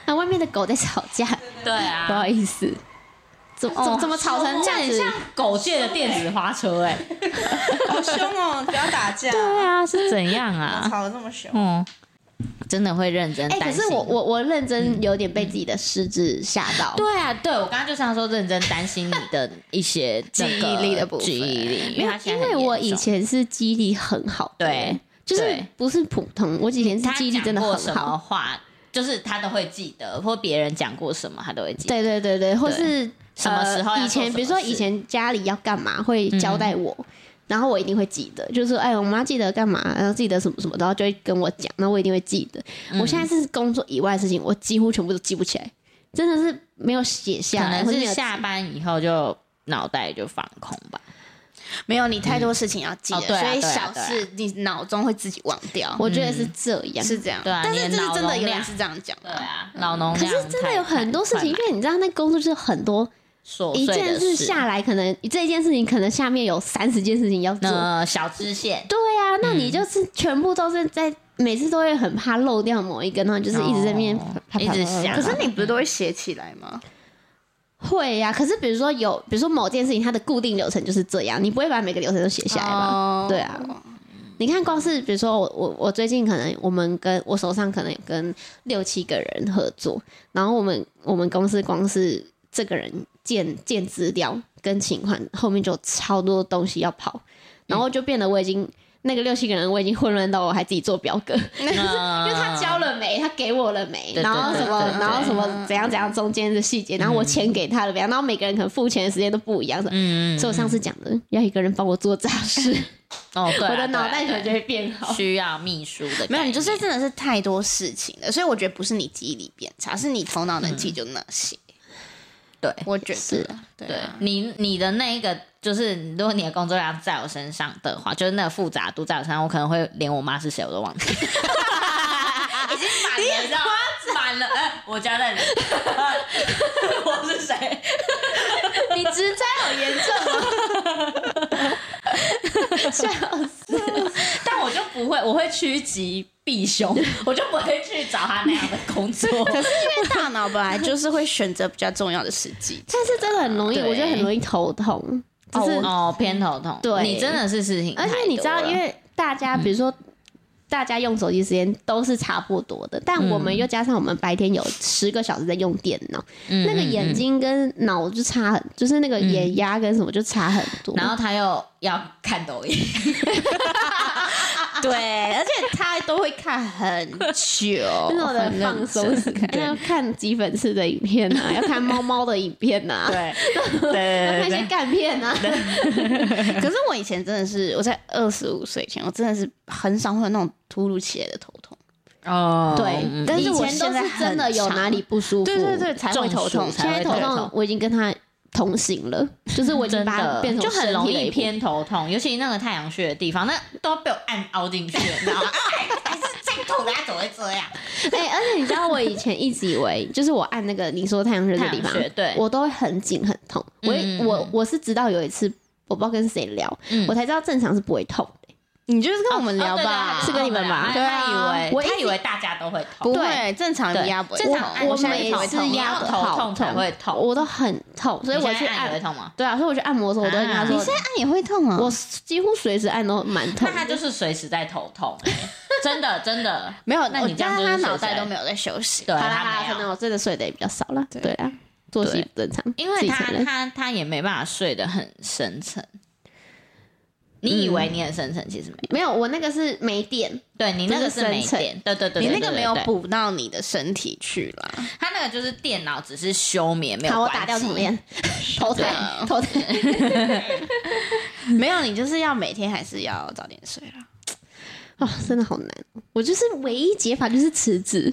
那外面的狗在吵 架，
对
不
啊，
好意思，怎么怎么怎么吵哦成这样
像
子？
狗界的电子花车哎、
好凶哦！不要打架，
对啊，是怎样 啊？
吵得这么凶。
嗯，真的会认真
哎、可
担心。
是我我我认真有点被自己的失智吓到。
对啊，对我刚刚就想说认真担心你的一些这
记忆
个
力的部分
记忆力，因
没有
为它，现
因
在
为
很
我
严
以
重
前是记忆力很好的，
对
就是
对
不是普通，我以前是
他
记忆力真的
讲过什
很
么
好。
话，就是他都会记得，或别人讲过什么他都会记得。
对对对对，或是
什么时候
呃
要做
以前，
什么
比如说
事嗯
以前家里要干嘛会交代我，然后我一定会记得，就是说哎，我妈记得干嘛，然后记得什么什么，然后就会跟我讲，然后我一定会记得。
嗯
我现在是工作以外的事情，我几乎全部都记不起来，真的是没有写下
可
来，
能
或是没
是
有
下班以后就脑袋就放空吧。
没有，你太多事情要记
嗯
了，
哦对啊
所以
对啊
小
对啊
事你脑中会自己忘掉，
我觉
嗯
得是这样，
是这样。
对啊
但是
你
这
的
是
脑
真的有
容
人
量
是这样讲的。
啊，脑容
可
量
是真的
太
有很多事情，因
太
为你知道，那工作就是很多
琐
一
碎
件
的
事
事
下来，可能这一件事情可能下面有三十件事情要做。
那小支线，
对啊，那
嗯
你就是全部都是在每次都会很怕漏掉某一个，然后就是一直在面
哦一直想
可是 你不是都会写起来吗？
会呀、啊。可是比如说有，比如说某件事情它的固定流程就是这样，你不会把每个流程都写下来吧？
哦
对啊，你看，光是比如说我我我最近可能我们跟我手上可能有跟六七个人合作，然后我们我们公司光是这个人建建资料跟情况，后面就有超多东西要跑，然后就变得我已经。那个六七个人，我已经混乱到我还自己做表 格，
因
因
为
为他交了没，他给我了没，
对
然后
对
什
对
么
对，对
然后什么怎样怎样中间的细节，然后我钱给他了没，然后每个人可能付钱的时间都不一样，
嗯
所以我上次讲的，要一个人帮我做杂事，
哦， 对啊，
我的
对
脑
啊
袋可能就
对
会变
啊
好。
需要秘书的概念，
没有，你就是真的是太多事情了，所以我觉得不是你记忆力变差，是你头脑能记就那些。
对
我觉
是
得对
对
啊
你你的那一个，就是如果你的工作量在我身上的话，就是那个复杂度在我身上，我可能会连我妈是谁我都忘 记。已经满了，你知道吗？满了，哎、我家在哪？呃我是 谁？
你职灾好严 重哦！。
但我就不会，我会趋吉避凶，我就不会去找他那样的工 作。
因为大脑本来就是会选择比较重要的事记
但是真的很容易，
对
我觉得很容易头痛，就是、
哦哦，偏头痛。
对
你真的是事情太
而
多了，
且你知道，因为大家比如说。大家用手机时间都是差不多的，但我们又加上我们白天有十个小时在用电脑，
嗯
那个眼。
嗯嗯
睛跟脑就差很，就是那个眼压跟什么就差很多。
然后他又要看抖音，
对，而且他都会看很久
那种的哦放松时间，要看挤粉刺的影片 啊，要看猫猫的影片 啊，
对
要看
对
一些干片啊。
可是我以前真的是，我在二十五岁前，我真的是很少会有那种突如其来的头痛。
哦，
对，
但是
以
我
前都
现在
是真的
很
有
常
哪里不舒服，
对对对，才会头痛
中暑。
现
才
在
会
头
头
痛
痛
我已经跟他同 行了，就是我已经
真
把它
的
变成
就很容
身体的一
易
部分。
偏头痛，尤其那个太阳穴的地方，那都被我按凹进去了，你知道吗？ 哎还是再痛，它怎么会这样？
哎、而且你知道，我以前一直以为，就是我按那个你说太阳穴的地方
太阳穴，对
我都会很紧很痛。我也、
嗯嗯嗯
我我是直到有一次，我不知道跟谁聊，
嗯
我才知道正常是不会痛的。
你就是跟我们聊
哦
吧，
对对对
是跟你们吧
他
对啊
他以为
我一直
他以为大家都会
不
痛，
会正常
对
压不会
正
痛
常按
我
我
下
每
去
每
会
次
痛你
压
要
的
头
好
痛才会痛
我都很痛，所以我
你
去
现在按也会
按。
痛吗？
对啊，所以我去按摩的时候，我都会跟他
啊
说，
你现
按也会痛啊
我几乎随时按都蛮痛
那
的。
他就是随时在头痛，哎真的真的。
没有，
那你
我
这样
但
就是是
他
水
脑袋
灾
都没有在休息。
对
好啦
他
好啦，
没有
可能我真的睡得也比较少了。
对
对啊，作息
对
不正常，
因为
自己
他
承认
他他也没办法睡得很深沉。你以
嗯
为你很深沉，其实没有。
没有，我那个是没电，
对你那个
这是
是没
深沉
电，对对对，
你
对
那个没有，
对对对
补到你的身体去啦。
他那个就是电脑只是休眠，没有
好，我
关
打掉
机
重练，投胎
啊
投胎。
没有，你就是要每天还是要早点睡啦。
哦，真的好难。我就是唯一解法就是辞职，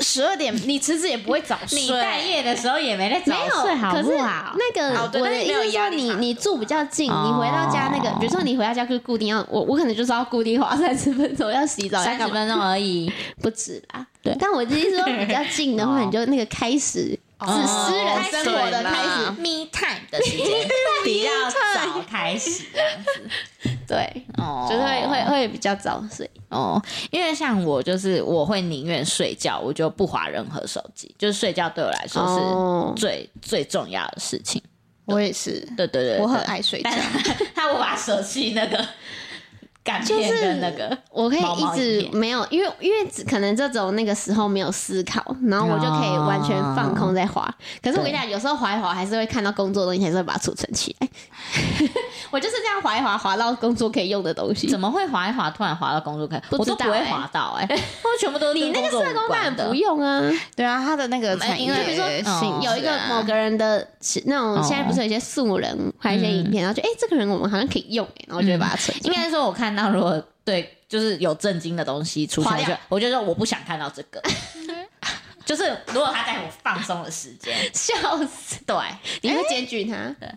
十二点你辞职也不会早睡，
你待业的时候也没在
没
早
有
睡，好
可是
不好？
那个
哦对
我
但
的
是
意
没有
思
压
是
力
你
嘛
你住比较近，
哦
你回到家那个，比如说你回到家就是固定要我我可能就是要固定花三十分钟要洗澡要
三
干
十
嘛
分钟而已，
不止啦。
对
但我的意思说比较近的话，
哦
你就那个开始
哦
是私人生活的开
对
始
啦，
me time 的时 间比较早开始这样子，
对，
哦
就是会会会比较早睡。
哦，因为像我就是我会宁愿睡觉，我就不划任何手机，就是睡觉对我来说是
哦，
最、最重要的事情。
我也是，
对对对对
我很爱睡觉
但。是他无法舍弃那 个感
就
片
是
跟那个，
我可以
毛毛一
一直
片
没有，因为因为只可能这种那个时候没有思考，然后我就可以完全放空在滑。可是我跟你讲，有时候滑一滑还是会看到工作的东西，还是会把它储存起来。 我就是这样滑一滑，滑到工作可以用的东西。
怎么会滑一滑突然滑到工作开？
不
我
知
都
道
不会
欸
滑到哎、欸，他们全部都是
你那
跟
个
工
社
作无
工当然
关的
不用啊，
对啊，他的那个产业
因为比如说
性质啊
有一个某个人的那种，
哦
现在不是有一些素人拍一些影片，然后就哎、诶这个人我们好像可以用、诶然后就会把它存起
应
来。
该说，我看到如果对，就是有震惊的东西出现，
划
我
掉
就我就说我不想看到这 个。就是如果他在我放松的时间，
笑死！
对，
你会检举他？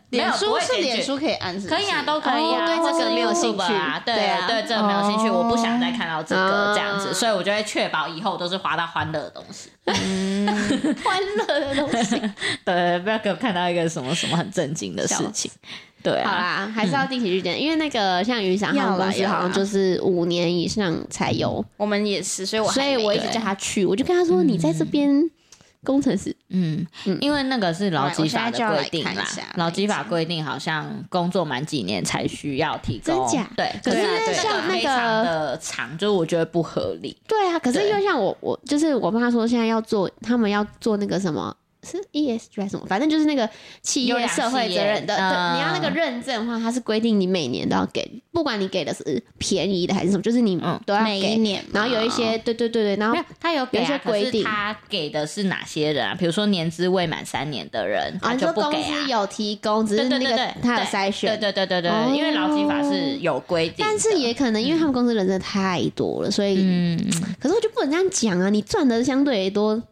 脸
没有不
书
会
是
检举
脸书可以按，是不
可
是
以啊，都可以啊。
哦对
或
这
是
个没有兴趣
YouTube 啊，嗯对
对啊
对，这个没有兴趣，
哦
我不想再看到这个
啊
这样子，所以我就会确保以后我都是滑到欢乐的东西。
嗯
欢乐的东西。
对，不要给我看到一个什么什么很震惊的事情。对
好
啊，
啦，还是要定期去检，因为那个像雨伞，他们公司
要啦要啦
好像就是五年以上才有，
我们也是，所以我还
所以
没
我一直叫他去，我就跟他说：“你在这边工程师
嗯
嗯，
因为那个是劳基法
我现在就要
的规
来
定
看
啦
一下，
劳基法规定好像工作满几年才需要提供，
真假
对，可是
对啊对啊
那个
像那个
非常的长，就是我觉得不合理。
对啊，可是
对
又像我，我就是我妈说现在要做，他们要做那个什么。是 ESG 还是什么？反正就是那个企
优
业
良
社会
企业
责任的，对，
嗯
你要那个认证的话，它是规定你每年都要给，不管你给的是便宜的还是什么，就是你
嗯
都要
每一
给。
年嘛，
然后有一些，对对对对，然后
没有，他有给、
有一
啊
些，
可
规
是
定
他给的是哪些人啊？比如说年资未满三年的人，
啊，
他
你
就
说
不
公
给
司
啊。
有提供，只
对
是
对
那
对
个
对，
它
对
有筛选，
对对对对
哦
对，因为劳基法是有规定的，
但是也可能因为他们公司人真的太多了，所以、
嗯，
可是我就不能这样讲啊，你赚的相对多。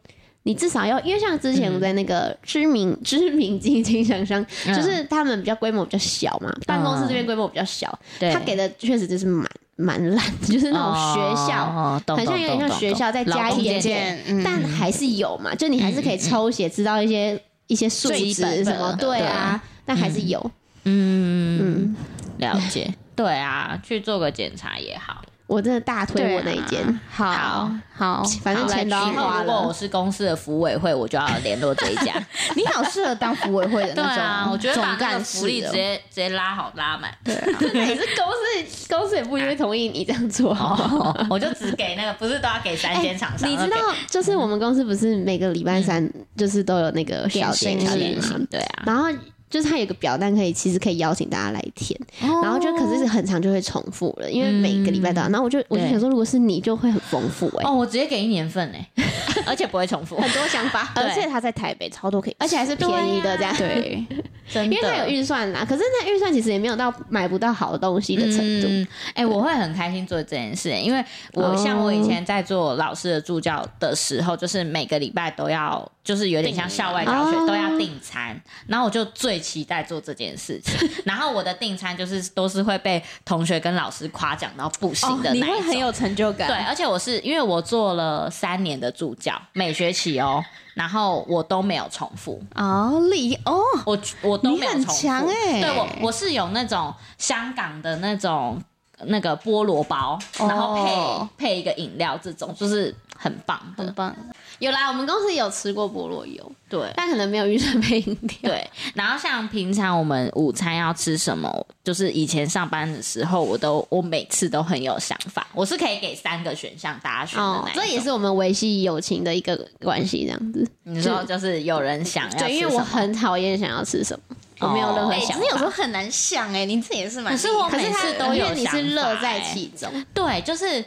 你至少要，因为像之前我在那个知名、 知名经经商商，
嗯
就是他们比较规模比较小嘛，办公室这边规模比较小，
对
他给的确实就是蛮蛮烂， 就是那种学校，
哦懂
很像
懂
有点像
懂
学
懂
校再
劳
加一
动
点
界
点，
见，嗯
但还是有嘛，就你还是可以抽血知道一些、一些数
最
值
基本
什么，
的
对啊，但还是有，
嗯，
嗯，
了解。对啊，去做个检查也好。
我真的大推
对
我
啊
那一间，
好好，
反正钱都要
以后
花
如果我
了。
是公司的服委会，我就要联络这一 家。
你好适合当服委会的
对
那，
啊
种
我觉得
总
把那个
干
福
事
利直
哦，
接直接拉好拉满。
可是公司公司也不一定会同意你这样做。
哦，我就只给那个，不是都要给三间厂商？
哎你
都
知
给
道，就是我们公司不是每个礼拜三就是都有那个小
点
点
心
小
日
嗯点心，
对啊，
然后就是它有一个表单可以，其实可以邀请大家来填，然后就可是很长就会重复了，因为每个礼拜都要。然后我就我就想说，如果是你就会很丰富哎、
哦，我直接给一年份哎， 而且不会重复，
很多想法，啊
对
而且它在台北超多可以，而且还是便宜的这样，
对，
真
因
的。
为它有预算啊啦。可是那预算其实也没有到买不到好东西的程度，
嗯，哎、我会很开心做这件事，因为我、
哦
像我以前在做老师的助教的时候，就是每个礼拜都要，就是有点像校外教学
哦
都要订餐，然后我就最期待做这件事情。然后我的订餐就是都是会被同学跟老师夸奖到不行的那一
哦你
种。
会很有成就感，
对，而且我是因为我做了三年的助教，每学期哦，然后我都没有重复，
哦，理哦，
我我都没有重
你
复
很强欸
对我我是有那种香港的那种那个菠萝包，
哦
然后配、配一个饮料，这种就是很棒的。
很棒，
有啦，我们公司有吃过菠萝油，
对
但可能没有预算配饮料。
对，然后像平常我们午餐要吃什么，就是以前上班的时候，我都我每次都很有想法，我是可以给三个选项大家选的
哦
那一，种。
这也是我们维系友情的一个关系，这样子。
你说，就是有人想要
对，因为
吃
我
什么
很讨厌想要吃什么，我没有任何
哎
哎，真
想法
的。有时候很难想哎，你这也是蛮嗯
可
厉害的，
是我
可是
每次都
他
有
因为你是
想法
乐在
欸
其中，
对，就是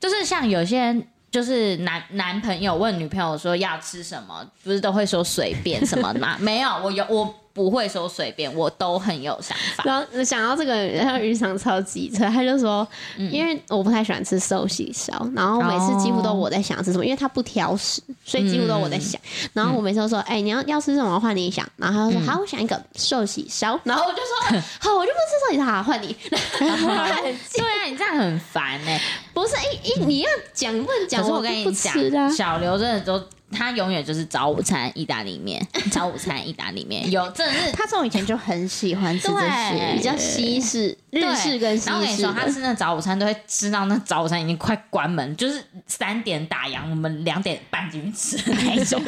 就是像有些人。就是男男 朋友问女朋友说要吃什么，不是都会说随便什么的吗？没有，我有我不会说随便，我都很有想 法。
然后想到这个，然后云裳超级车，他就说，
嗯
因为我不太喜欢吃寿喜烧，然后每次几
哦
乎都我在想吃什么，因为他不挑食，所以几乎都我在想。
嗯
然后我每次都说，哎、你要要吃什么换你想，然后他就说、好，我想一个寿喜烧，然后我就 说好，我就不吃寿喜烧，好换你。
对啊，你这样很烦哎、
不是，一一你要讲不能
可
讲，
是我
就
跟你
不
讲
吃，啊。
小刘真的都。他永远就是早午餐意大利 面，早午餐意大利面有真的是
他从以前就很喜欢吃这
对
些，
比较西式、日
对
式跟西
然后我跟你
式
说，他
的，
吃那早午餐都会吃到那早午餐已经快关门，就是三点打烊，我们两点半进去吃的那一 种。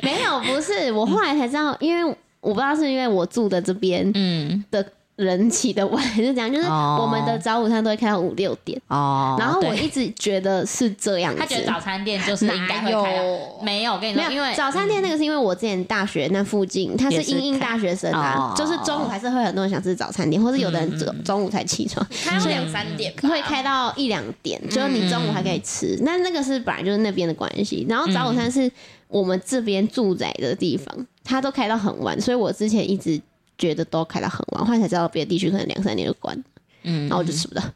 没有，不是。我后来才知道，因为我不知道是因为我住的这边
嗯，
的人起的晚还是怎样，就是
哦
我们的早午餐都会开到五六点，
哦
然后我
对
一直觉得是这样子。
他觉得早餐店就是应该会开
哪
到
有，
没有，我跟你
没
说，
有
因为
早餐店那个是因为我之前大学那附近，它是
也是
英英大学生啊，
开哦嗯
就是中午还是会很多人想吃早餐店，或是有的人中中午才起床，
开到两三点吧
会
啊
开到一两点，
嗯
就是你中午还可以吃。那那个是本来就是那边的关系，然后早午餐是我们这边住宅的地方，它都开到很晚，所以我之前一直觉得都开到很晚，后来才知道别的地区可能两三点就关，
嗯
然后我就吃不到。
哦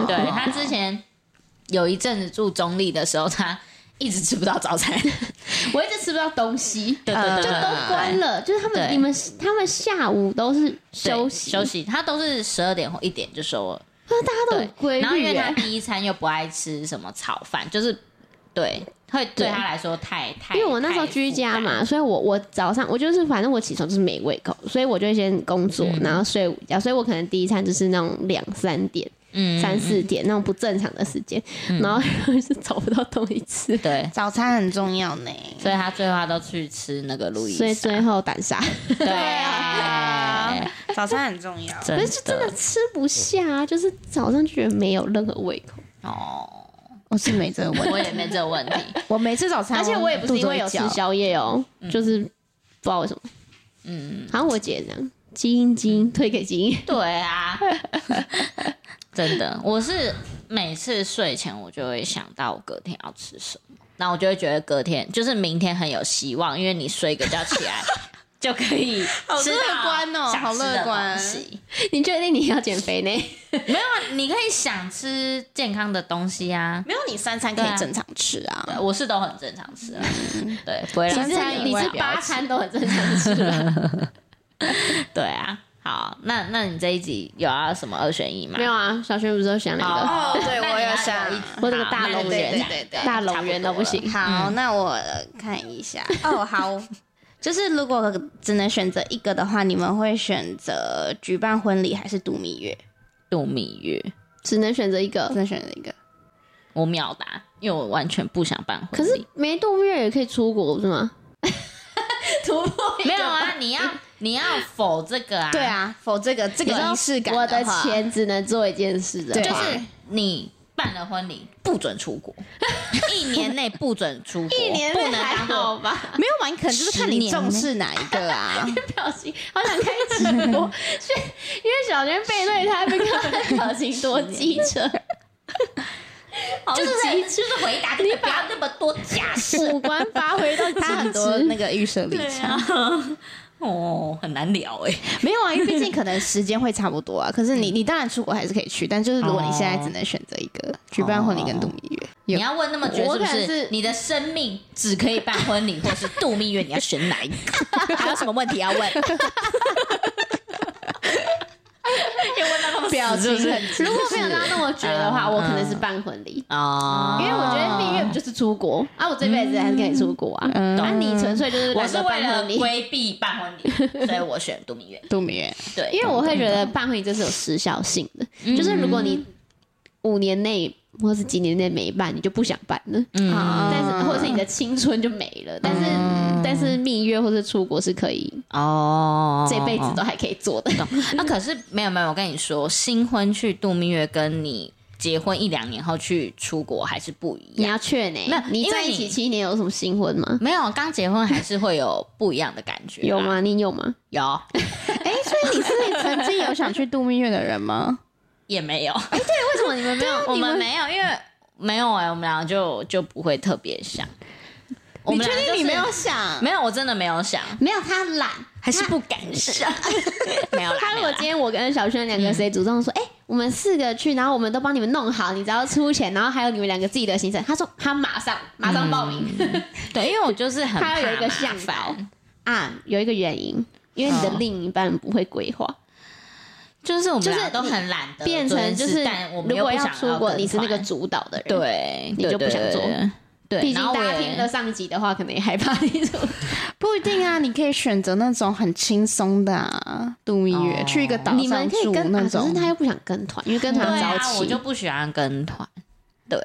嗯对
哦
他之前有一阵子住中立的时候，他一直吃不到早 餐，
我一直吃不到东西，
对
呃
对对
就
对
都关了，就是他
对
们你们他们下午都是休息，
休息，他都是十二点或一点就收了。
那大家都很
对，
规
然后因
律
为他
耶。
第一餐又不爱吃什么炒饭，就是对，会对他来说太太，
因为我那时候居家嘛，所以我我早上我就是反正我起床就是没胃口，所以我就会先工作，
嗯
然后睡午觉，所以我可能第一餐就是那种两三点、
嗯，嗯
三四点那种不正常的时间，然后就是找不到东西吃，
嗯对，
早餐很重要呢。
所以他最后他都去吃那个路易莎，
所以最后胆沙，
对
啊，早餐很重 要。
真
可是就真的吃不下、啊，就是早上就觉得没有任何胃口，
哦，
我是没这个问题，
我也没这个问题，
我每次早餐，
而且我也不是因为有吃
肚子会绞
宵夜哦，就是不知道为什么。
嗯，
好像我姐这样，基因基因推给基因，
对啊， 真的，我是每次睡前我就会想到我隔天要吃什么，那我就会觉得隔天就是明天很有希望，因为你睡一个觉起来 就可以
好
吃到
乐观哦
想
好
吃的
乐观
东西
你确定你要减肥呢？
没有啊，你可以想吃健康的东西啊。
没有你三餐可
对啊
以正常吃啊。
对我是都很正常吃啊，对，不会
其
让
实
餐
嗯你
以外
是
不要
八餐都很正常吃吧？
对啊。好，那那你这一集有要什么二选 一吗？
没有啊，小轩不是都想两个，
好
哦对我有想
我这个大
龙
龙
对对
人
对对，
大龙人都不行。
好，那我呃看一下。哦，好， 就是如果只能选择一个的话，你们会选择举办婚礼还是度蜜月？
度蜜月，
只能选择一
只
个。
能选择一个。
我秒答，因为我完全不想办婚礼。
可是没度蜜月也可以出国不是吗？突破
没有啊，你要你要否这个啊？
对，啊，否这个这
你
个
说
仪式感
我的
话，
钱只能做一件事的
对
就
话，
是你办了婚礼不准出国，一年内不准出国，
一年内
不能
还
当做
好吧？
没有嘛？你可能就是看
十
你
年
重
呢
视哪一个 啊。
表情好想开直 播，所以因为小轩背对他，被看他的表情多机车，好
就是
机
就是回答，你不要那么多假 设
五官发挥到
他很多那个预设立场，
哦，很难聊哎。
啊没有啊，因为毕竟可能时间会差不多啊。可是你你当然出国还是可以去，但就是如果你现在只能选择一个举办婚礼跟度蜜月，
你
有
要问那么绝
我
是不
可能
是
是？
你的生命只可以办婚礼或是度蜜月，你要选哪一个？还有什么问题要问？ 要问到他们
表
死是
情
不是
很
如果没有到那么绝的话，
嗯
我可能是办婚礼。
哦
因为我觉得蜜月不就是出国啊，我这辈子还是可以出国啊。
嗯
啊，你纯粹就是
我
懒
是
得
为
办
了
婚礼，
规避办婚 礼，所以我选度蜜月。
度蜜月，
对，
因为我会觉得办婚礼这是有时效性的，就是如果你五年内或是几年内没办，你就不想办了。
嗯
啊
但是或者是你的青春就没了，但是、但是蜜月或是出国是可以
哦
这辈子都还可以做的。
那啊可是没有没有，我跟你说，新婚去度蜜月跟你结婚一两年后去出国还是不一
你
样。
要劝呢、
没有
你
因为
在一
你
起七年有什么新婚吗？
没有，刚结婚还是会有不一样的感觉。
有？吗？你有吗？
有，
哎，所以你是曾经有想去度蜜月的人 吗？
也没有。
为什 么你们没有？
啊我们没有，因为没有哎、我们俩就就不会特别想。我
你
们
确
俩
定
就是
你没有想？
没有，我真的没有想，
没有，他懒，
还是不敢 想，没有啦。
他
没有
如果
啦
今天我跟小轩两个谁主动说，哎、我们四个去，然后我们都帮你们弄好，你只要出钱，然后还有你们两个自己的行程，他说他马上马上报名，
对，因为我就是很
他
怕
要有一个向
麻
导
烦，
啊，有一个原因，因为你的
哦
另一半不会规划，
就是我们
就是
俩都很懒得
变成就
做这件
是
事但我们
如
又
果
不想
出国，
跟
你是那个
团
主导的人，，
对，
你就不想
对。
做
对对对
毕竟
然后
大
我
家
也
听了上集的话，可能也害怕你 说，
不一定啊。你可以选择那种很轻松的啊度蜜月，
哦
去一个岛
你
上
们可以
住
跟，啊
那
可
种
是。他又不想跟团，因为跟
对
团早
啊，我
起，
就不喜欢跟团。对，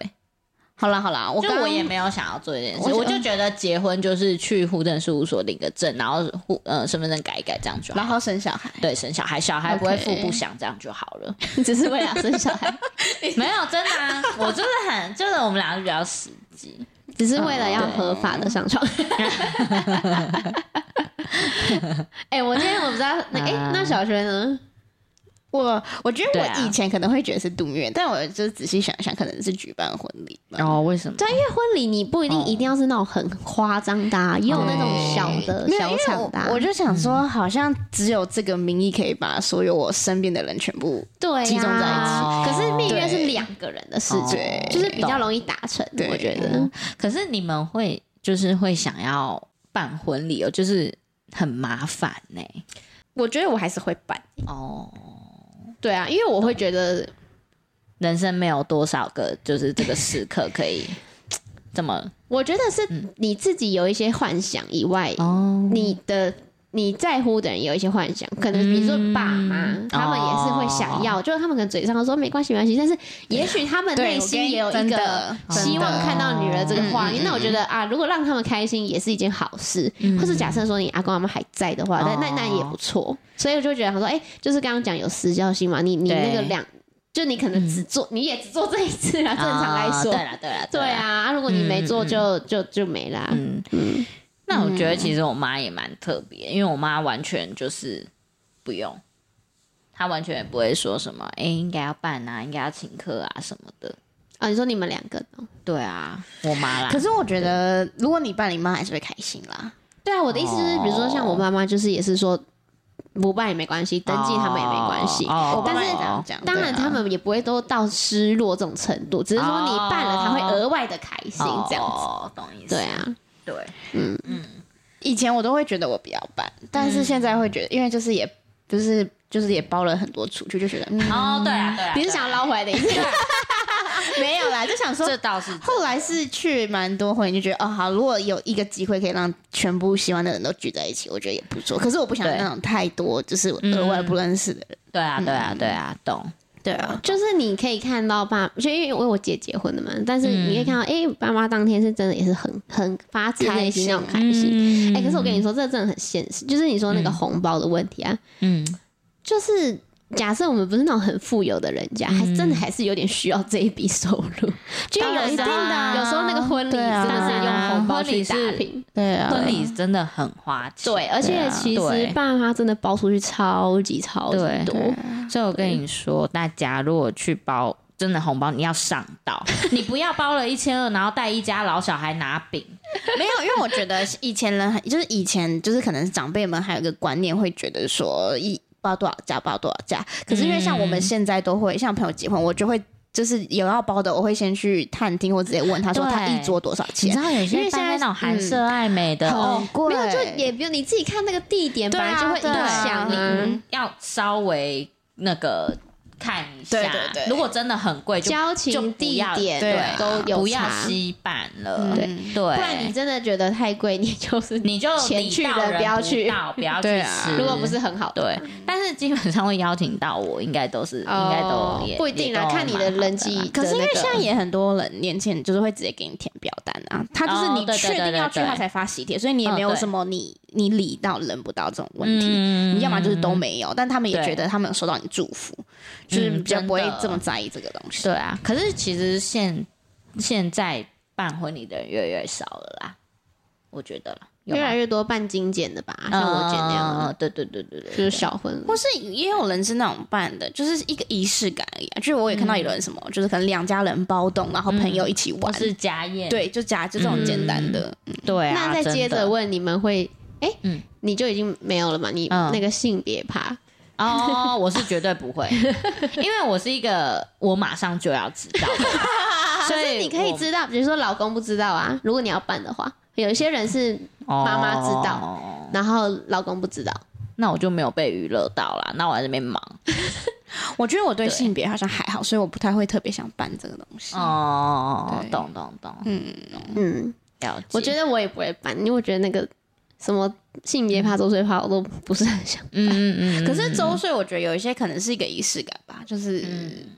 好啦好啦，我
就
刚
我也没有想要做这件
我
事，
想
我就觉得结婚就是去户政事务所领个证，然后户呃身份证改一改，这样就好。
然后生小孩，
对，生小孩，小孩不会
OK
父不详，这样就好 了。
只是为了生小孩，
没有，真的啊，我就是很，就是我们两个比较实际。
只是为了要
嗯对
合法的上 床。哎、我今天我不知道，那哎、
啊
那小轩呢？
我我觉得
对啊
我以前可能会觉得是度蜜月，但我就是仔细想一想，可能是举办婚礼吧。
哦，为什么？
对，因为婚礼你不一定
哦
一定要是那种很夸张的、啊，也有那种小的、
没有，因
小
为
场
我
的啊、
我就想说，好像只有这个名义可以把所有我身边的人全部
对、啊、
集中在一起
哦
可是蜜月是
对
两个人的事情
对，
就是比较容易达成，
哦懂
我觉得
嗯。可是你们会就是会想要办婚礼哦，就是很麻烦欸呢、
我觉得我还是会办，
哦，
对啊，因为我会觉得
人生没有多少个就是这个时刻可 以这么
我觉得是你自己有一些幻想以外，
哦
你的你在乎的人有一些幻想，可能比如说爸妈，
嗯
他们也是会想要，就是他们可能嘴上都说没关系没关系，但是也许他们内心也有一
真
个
的
希望看到女儿这个画
嗯
面。
嗯嗯
那我觉得啊，如果让他们开心也是一件好事，或是假设说你阿公阿妈还在的话，那那那也不错。所以我就觉得他说，哎，就是刚刚讲有时效性嘛，你你
对
那个两，就你可能只做，你也只做这一次啦，正常来
啊对。
说
啦嗯对啦
对，啊，啊如果你没做就就就没啦。
嗯那
嗯
我觉得其实我妈也蛮特别，因为我妈完全就是不用，她完全也不会说什么，哎、应该要办啊，应该要请客啊什么的。
啊，你说你们两个都
对啊，我妈啦
可，是我觉得如果你办，你妈还是会开心啦。
对啊，我的意思就是，比如
哦
说像我妈妈，就是也是说不办也没关系，登记他们也没关系。
哦
我爸
但
妈
是
也这样讲，
当
对啊
然，他们也不会都到失落这种程度，只是说你办了，他会额外的开心这样子。
哦，懂意思。
对，啊，
对，
以前我都会觉得我不要办，但是现在会觉得，因为就是也就是就是也包了很多出去，就觉得嗯
哦，对啊，对啊，啊
你是想要捞回来的意思？
没有啦，就想说
这倒是
嗯
后来是去蛮多婚礼，就觉得哦好，如果有一个机会可以让全部喜欢的人都聚在一起，我觉得也不错。可是我不想
对
那种太多，就是额外不认识的人。
对啊，对啊，对啊，懂。
对啊，
就是你可以看到爸，就因为我我姐结婚的嘛，但是你
嗯
可以看到，哎、爸妈当天是真的也是很很发自内心那种开心。
嗯
哎、可是我跟你说，这真的很现实，就是你说那个红包的问题啊，
嗯，
就是假设我们不是那种很富有的人家，还真的还是有点需要这一笔收入，就因为有时候
当然啊
有时候那个婚礼真
对啊
的是用红包去打
婚礼是
拼。
对啊，
婚礼真的很花钱。
对，而且其
呃对
实爸妈真的包出去超级超级
对
多，
所以我跟你说，大家如果去包真的红包，你要上到， 你不要包了一千二，然后带一家老小孩拿饼。
没有，因为我觉得以前人很就是以前就是可能长辈们还有一个观念会觉得说一包多少价包多少价，可是因为像我们现在都会像朋友结婚，我就会就是有要包的，我会先去探听或直接问他说
对
他一桌多少钱。
道有
因为现在
办那种韩式爱美的，哦，
贵
没有就也不用你自己看那个地点，本
对
来
啊
就会影
对啊
响
你
啊。
要稍微那个看一下。
对对对
如果真的很贵，就
交
就
情、
不
地
要
点
对啊
都有
不要
差，
稀办了。
对
嗯对，
不然你真的觉得太贵，你就是
你就
钱去
礼到
的
人
不要去
到，不 要
对
去
啊
吃。
如果不是很好的
对，但是基本上会邀请到我，应该都是，应该
哦
都也
不一定
也
啦，
都
看你的
蛮好
人际
啦。
可是因为
的那个
现在也很多人年轻人就是会直接给你填表单啊，他就是
哦
你
对对
确
对
定要去
对对
他才发喜帖，所以你也没
嗯
有
对
什么你你理到人不到这种问题，
嗯
你要么就是都没有，但他们也
对嗯
觉得他们有收到你祝福，就是比较不会这么在意这个东西。
对啊，可是其实现现在办婚礼的人越来越少了啦。我觉得啦，有
越
吗
来越多办精简的吧，像我姐那
嗯
样
嗯嗯
的，
嗯对对对对对，
就是
对
小婚
或是也有人是那种办的，就是一个仪式感而已、啊。就是我也看到有人什么，就是可能两家人包栋，然后朋友一起
或
玩，
嗯是家宴，
对，就加就这种简单的。嗯
对啊。
那再接
真
着
的
问，你们会哎、
嗯
你就已经没有了嘛？你
嗯
那个性别趴，
哦，我是绝对不会，因为我是一个我马上就要知道的，所以
你可以
我
知道，比如说老公不知道啊，如果你要办的话，有一些人是，妈妈知道
哦
然后老公不知道，
那我就没有被娱乐到啦，那我在那边忙
我觉得我对
对
性别好像还好，所以我不太会特别想办这个东西。
哦
对，
懂懂懂，
嗯，
嗯，
了解。
我觉得我也不会办，因为我觉得那个什么性别趴、周岁趴，我都不是很想。
嗯，嗯嗯嗯，
可是周岁，我觉得有一些可能是一个仪式感吧，就是、嗯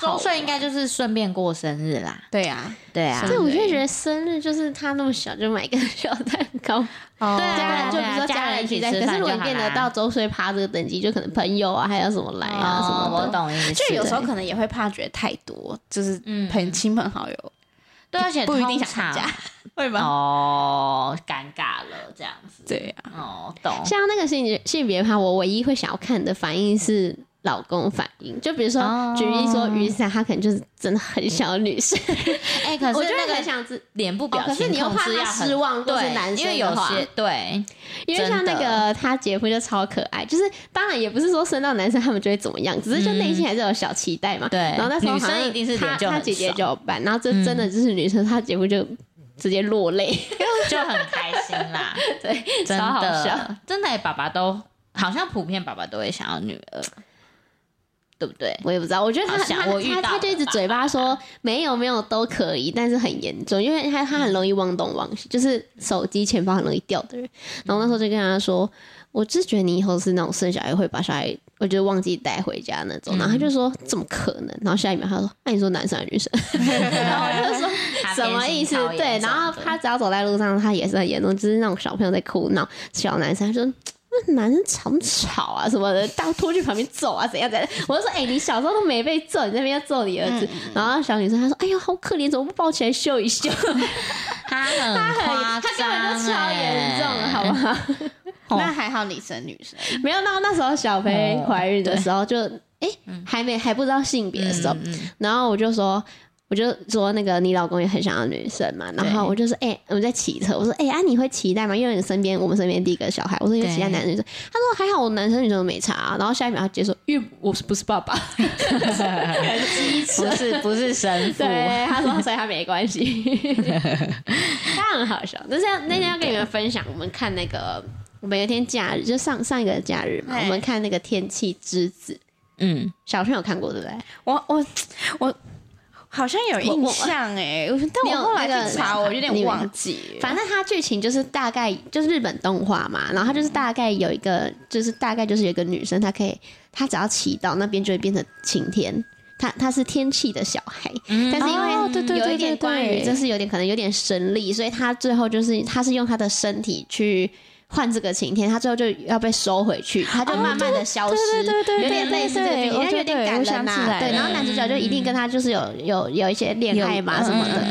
周岁应该就是顺便过生日啦，
对啊，
对啊，
对，我就觉得生日就是他那么小就买一个小蛋糕，
哦
对啊
家人就比如说家人一起在，
对啊
可是
家人一起吃饭
如果
就好
你变得
啦
到周岁趴这个等级，就可能朋友啊还有什么来啊什
哦，
么
我
的，
懂意思，
就有时候可能也会怕觉得太多，就是
嗯
朋亲朋好友
对，而且
不一定
通
想参
常
加， 会吗？
哦，尴尬了这样子，
对啊，
哦，懂，
像那个性别性别趴，我唯一会想要看的反应是老公反应，就比如说、
哦
举例说雨伞，她可能就是真的很小的女生，
哎，可
我
是
就
那
会
个
很想知。
脸部
哦
表，情、
可是你又怕她失，望，如果是
对，
男
因为
生
有
的话，
些 对，
因为像那
真
个她姐夫就超可爱，就是当然也不是说生到男生他们就会怎么样，只是就内心还是有小期待嘛。
对
然后那时候
女生
好像
一定是
她
脸就
她
很嗯
姐姐
爽
就有办，然后这真的就是女生，她姐夫就直接落泪，
就很 开心啦，
对，
真
超好
的
笑，
真的、欸爸爸都好像普遍爸爸都会想要女儿，对不 对？
我也不知道，我觉得他
好像
他
我遇
他
到
他就一直
了吧
嘴巴说没有没有都可以，但是很严重，因为他他很容易忘东忘西，就是手机钱包很容易掉的人。然后那时候就跟他说，我就是觉得你以后是那种生小孩会把小孩，我就忘记带回家那种。然
嗯
后他就说怎么可能？然后下一秒他说，啊那、你说男生还是女生？然后我就说
他
什么
偏心
意思
超？严
对，
重
然后
的
他只要走在路上，他也是很严重，就是那种小朋友在哭闹，小男生他说。那男生吵不吵啊什么的，当拖去旁边揍啊怎样怎样？我就说，哎、你小时候都没被揍，你在那边要揍你儿
嗯
子。然后小女生她说，哎呦，好可怜，怎么不抱起来秀一秀？
他很
她很，她
夸
根
张、
本就超严重了，
哎
好不？好？
哦
那还好你生女生，
哎
没有，那那时候小飞怀孕的时候就，哎、还没还不知道性别的时候，
嗯嗯
然后我就说，我就说那个你老公也很想要女生嘛，然后我就说，哎、我们在骑车，我说，哎、啊你会期待吗？因为你身边我们身边第一个小孩，我说你会期待
对
男生女生，他说还好，我男生女生都没差、啊。然后下一秒他接受，因为我是不是爸爸，
嗯不是不是神父，
对，他说所以他没关 系，他很好笑。就是要那天要跟你们分享，我们看那个。我们有一天假日，就上上一个假日嘛，
对
我们看那个《天气之子》，
嗯，
小朋友看过对不对？
我我我好像有
我
印
我
象哎、我但
你有
我后来
那个
去查，我有
你
点忘记了。
反正它剧情就是大概就是日本动画嘛，然后它就是大概有一个，就是大概就是有一个女生，她可以，她只要祈祷那边就会变成晴天。她她是天气的小孩，但是因为、
哦对对
有
对
一点
对
关于
对
就是有点可能有点神力，所以她最后就是她是用她的身体去换这个晴天，她最后就要被收回去，她就慢慢的消失，
哦对对
有点类似这个剧情，但有点感人呐、对，然后男主角就一定跟她就是有有有一些恋爱
嗯
嘛什
嗯
么的，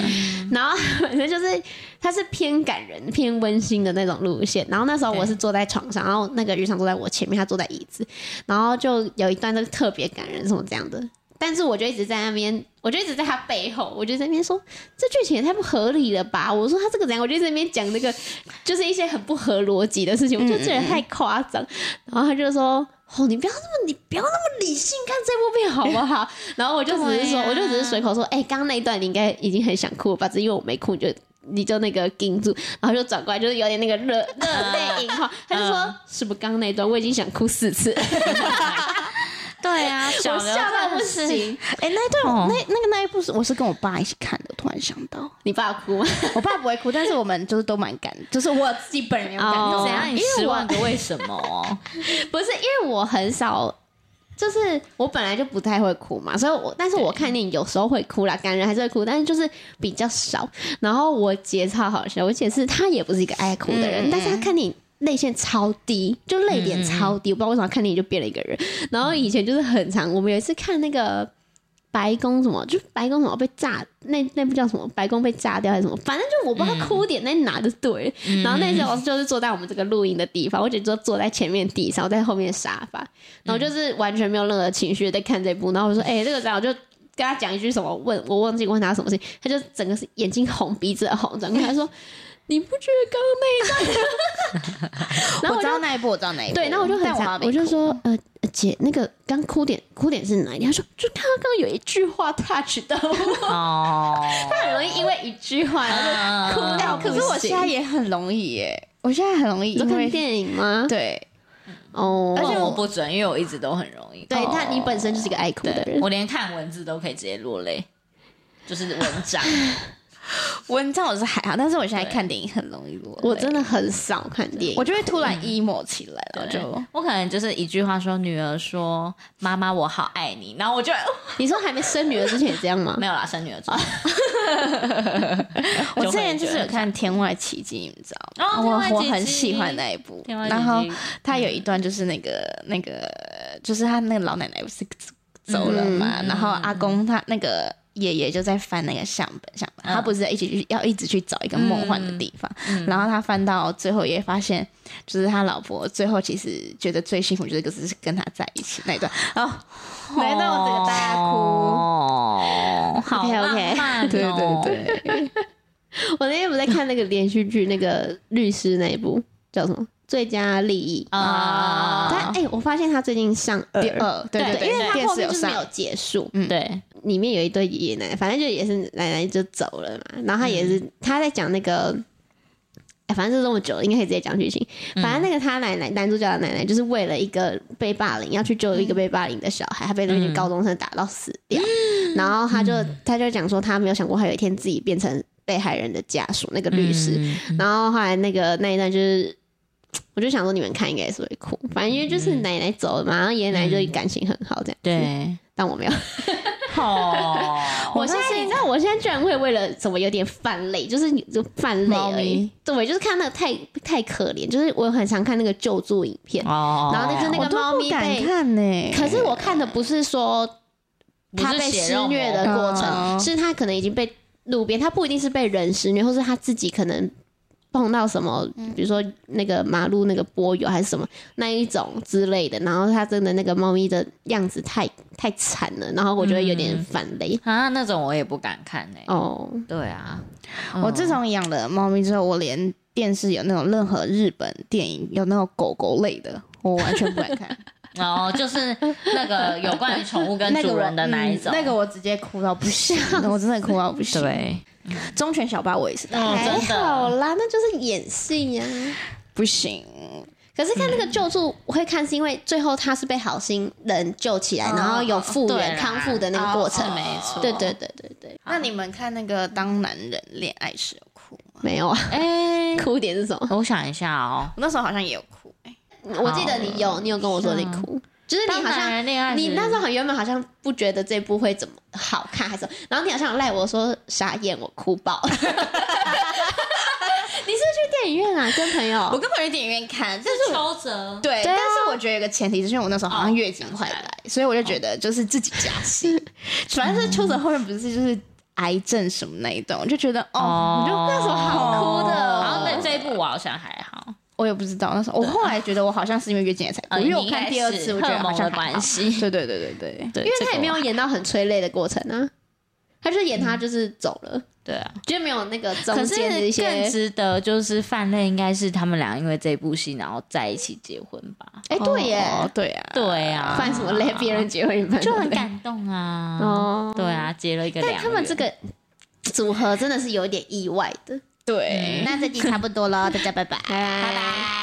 然后 反正就是它是偏感人、偏温馨的那种路线。然后那时候我是坐在床上，然后那个渔场坐在我前面，他坐在椅子，然后就有一段就特别感人什么这样的。但是我就一直在那边，我就一直在他背后，我就在那边说这剧情也太不合理了吧！我说他这个怎样，我就在那边讲那个就是一些很不合逻辑的事情，我觉得这人太夸张。然后他就说：“哦，你不要那么，你不要那么理性看这部片好不好？”然后我就只是说，
对啊
我就只是随口说：“哎、刚刚那一段你应该已经很想哭了吧？只是因为我没哭，你就你就那个盯住，然后就转过来，就是有点那个热热泪盈眶。”他就说：“是不是刚刚那一段我已经想哭四次？”
对啊，小
我
刘
笑
真
到不
的是
行。
哎、那一段、
哦
那那个那一部是我是跟我爸一起看的，突然想到，
你爸有哭吗？
我爸不会哭，但是我们就是都蛮感，就是我自己本人有感动。
哦
怎样？你
因为
十
我
万个为什么哦？
不是因为我很少，就是我本来就不太会哭嘛，所以我但是我看电影有时候会哭啦，感人还是会哭，但是就是比较少。然后我姐超好笑，我姐是她也不是一个爱哭的人，
嗯嗯嗯
但是她看电影。泪腺超低，就泪点超低，我不知道为什么看电影就变了一个人。然后以前就是很长，我们有一次看那个白宫什么，就白宫什么被炸，那那部叫什么？白宫被炸掉还是什么？反正就我不知道
嗯
它哭点在哪就对了。 然后那时候就是坐在我们这个录音的地方，我姐就坐在前面地上，我在后面沙发，然后就是完全没有任何情绪在看这部。然后我说：“哎、这个怎样？”我就跟他讲一句什么，问我忘记问他什么事情，他就整个是眼睛红，鼻子红，转过来说：“你不觉得刚刚那一段？”然后
我
我
知
就
道那一部，我知道那一部。
对，然后我就很
但好
想
像，没
我就
看过
说，呃，呃姐，那个刚哭点哭点是哪里？她说，就看到刚刚有一句话 touch 到 我，啊
哦，
她很容易因为一句话然后就哭到
哎
不行。
可是我现在也很容易耶，我现在很容易
你都
因
看
为
电影吗？，
对
哦，
而且我不准，因为我一直都很容易。
对他，你本身就是一个爱哭的人
我。连看文字都可以直接落泪，就是文 章。
文章我是还好，但是我现在
对
看电影很容易落泪
我真的很少看电影，
我就会突然 emo 起来了，就
就我可能就是一句话说，女儿说：“妈妈，我好爱你。”然后我就
你说还没生女儿之前也这样吗
没？有啦，生女儿之后。
我之前就是有看《天外奇迹》，你知道吗？
哦天外奇
我我
迹
很喜欢那一部，
天外奇迹
然后他有一段就是那个那个，就是他那个老奶奶不是走了嘛，然后阿公他那个。爷爷就在翻那个相本，相本，他不是一起去要一直去找一个梦幻的地方，然后他翻到最后也发现，就是他老婆最后其实觉得最辛苦就是就是跟他在一起那一 段，哦，那一段我整个大哭，
哦，好
OK，OK
浪漫哦
对对对，
我那天不在看那个连续剧，那个律师那一部叫什么？最佳利益。但
啊，
哎、我发现他最近上
第
二。
二，对对
对，因为他
电
后
视
面
有
就是
上
没有结束，
对，
里面有一对爷爷奶奶，反正就也是奶奶就走了嘛。然后他也是、他在讲那个，哎，反正就这么久了，应该可以直接讲剧情。反正那个他奶奶男主角的奶奶，就是为了一个被霸凌，要去救一个被霸凌的小孩，他被那群高中生打到死掉。然后他就他就讲说，他没有想过他有一天自己变成被害人的家属，那个律师。
嗯
然后后来那个那一段就是。我就想说，你们看应该也是会哭，反正因为就是奶奶走了嘛，然后爷爷奶奶就感情很好这样。，
对，
但我没有。
哦，
我现在你知道，我现在居然会为了什么有点犯累，就是你就犯累而已。对，就是看那个太太可怜，就是我很常看那个救助影片，
哦，
然后就是那
我
个
都
猫
不
咪
敢
被，
看呢。
可是我看的不是说
不
它
是
被
血
施
肉
虐
模
的
糊
过
哦
程，是它可能已经被路边，它不一定是被人施虐，或是它自己可能。碰到什么，
嗯
比如说那个马路那个柏油还是什么那一种之类的，然后它真的那个猫咪的样子太太惨了，然后我就会有点反累。
啊，那种我也不敢看呢。
哦，
对啊，
我自从养了猫咪之后，我连电视有那种任何日本电影有那种狗狗类的，我完全不敢 看。
哦，就是那个有关于宠物跟
那个
主
我
人的那一种，
嗯那个我直接哭到不 行，我真的哭到不行。，
对，
忠犬小八我也是大
嗯
哭，
还
真的
好啦，那就是演戏呀、
不行。
可是看那个救助，我会看是因为最后他是被好心人救起来，然后有复
哦对
原
啦
康复的那个过程。
哦没错
对对对对对，
那你们看那个《当男人恋爱时》有哭吗？
没有啊，
哎，
哭点是什么？
我想一下哦，
我那时候好像也有哭，哎
我记得你有，你有跟我说你哭，就是你好
当男
像。
人恋爱时，
你那时候很原本好像不觉得这部会怎么好看，还是什么然后你好像有赖我说傻眼，我哭 爆。 你是不是去电影院啊？跟朋
我
友？
根本去电影院看，但哦是我
邱泽，
对，但是我觉得有个前提是因为我那时候好像月经快
啊哦想
来，所以我就觉得就是自己加 戏。反正是邱泽后面不是就是癌症什么那一段，我就觉得哦，你就那时候好哭的哦。
然后那这一部我好像还好，
我也不知道那时候，我后来觉得我好像是因为月经也才哭，
呃
因为
你
我
应该
看第二
是
次我觉得
荷尔
好
蒙
像
的
还好
关系。
对对对对对，
对，
因为
这
他
个
也没有
我
演到很催泪的过程啊，他就是演他就是走了。
对啊。
就没有那个中
嗯可是
间的一
更
些。
值得就是犯泪，应该是他们俩因为这部戏然后在一起结婚吧？
哎、对耶，
哦对啊，
对啊，
犯什么累？别人结婚你犯什
就
么
很
累
感动啊。
哦
对啊，结了一个良
但
缘。
他们这个组合真的是有点意外的。
对。
嗯
那这集差不多了，大家拜拜，拜拜。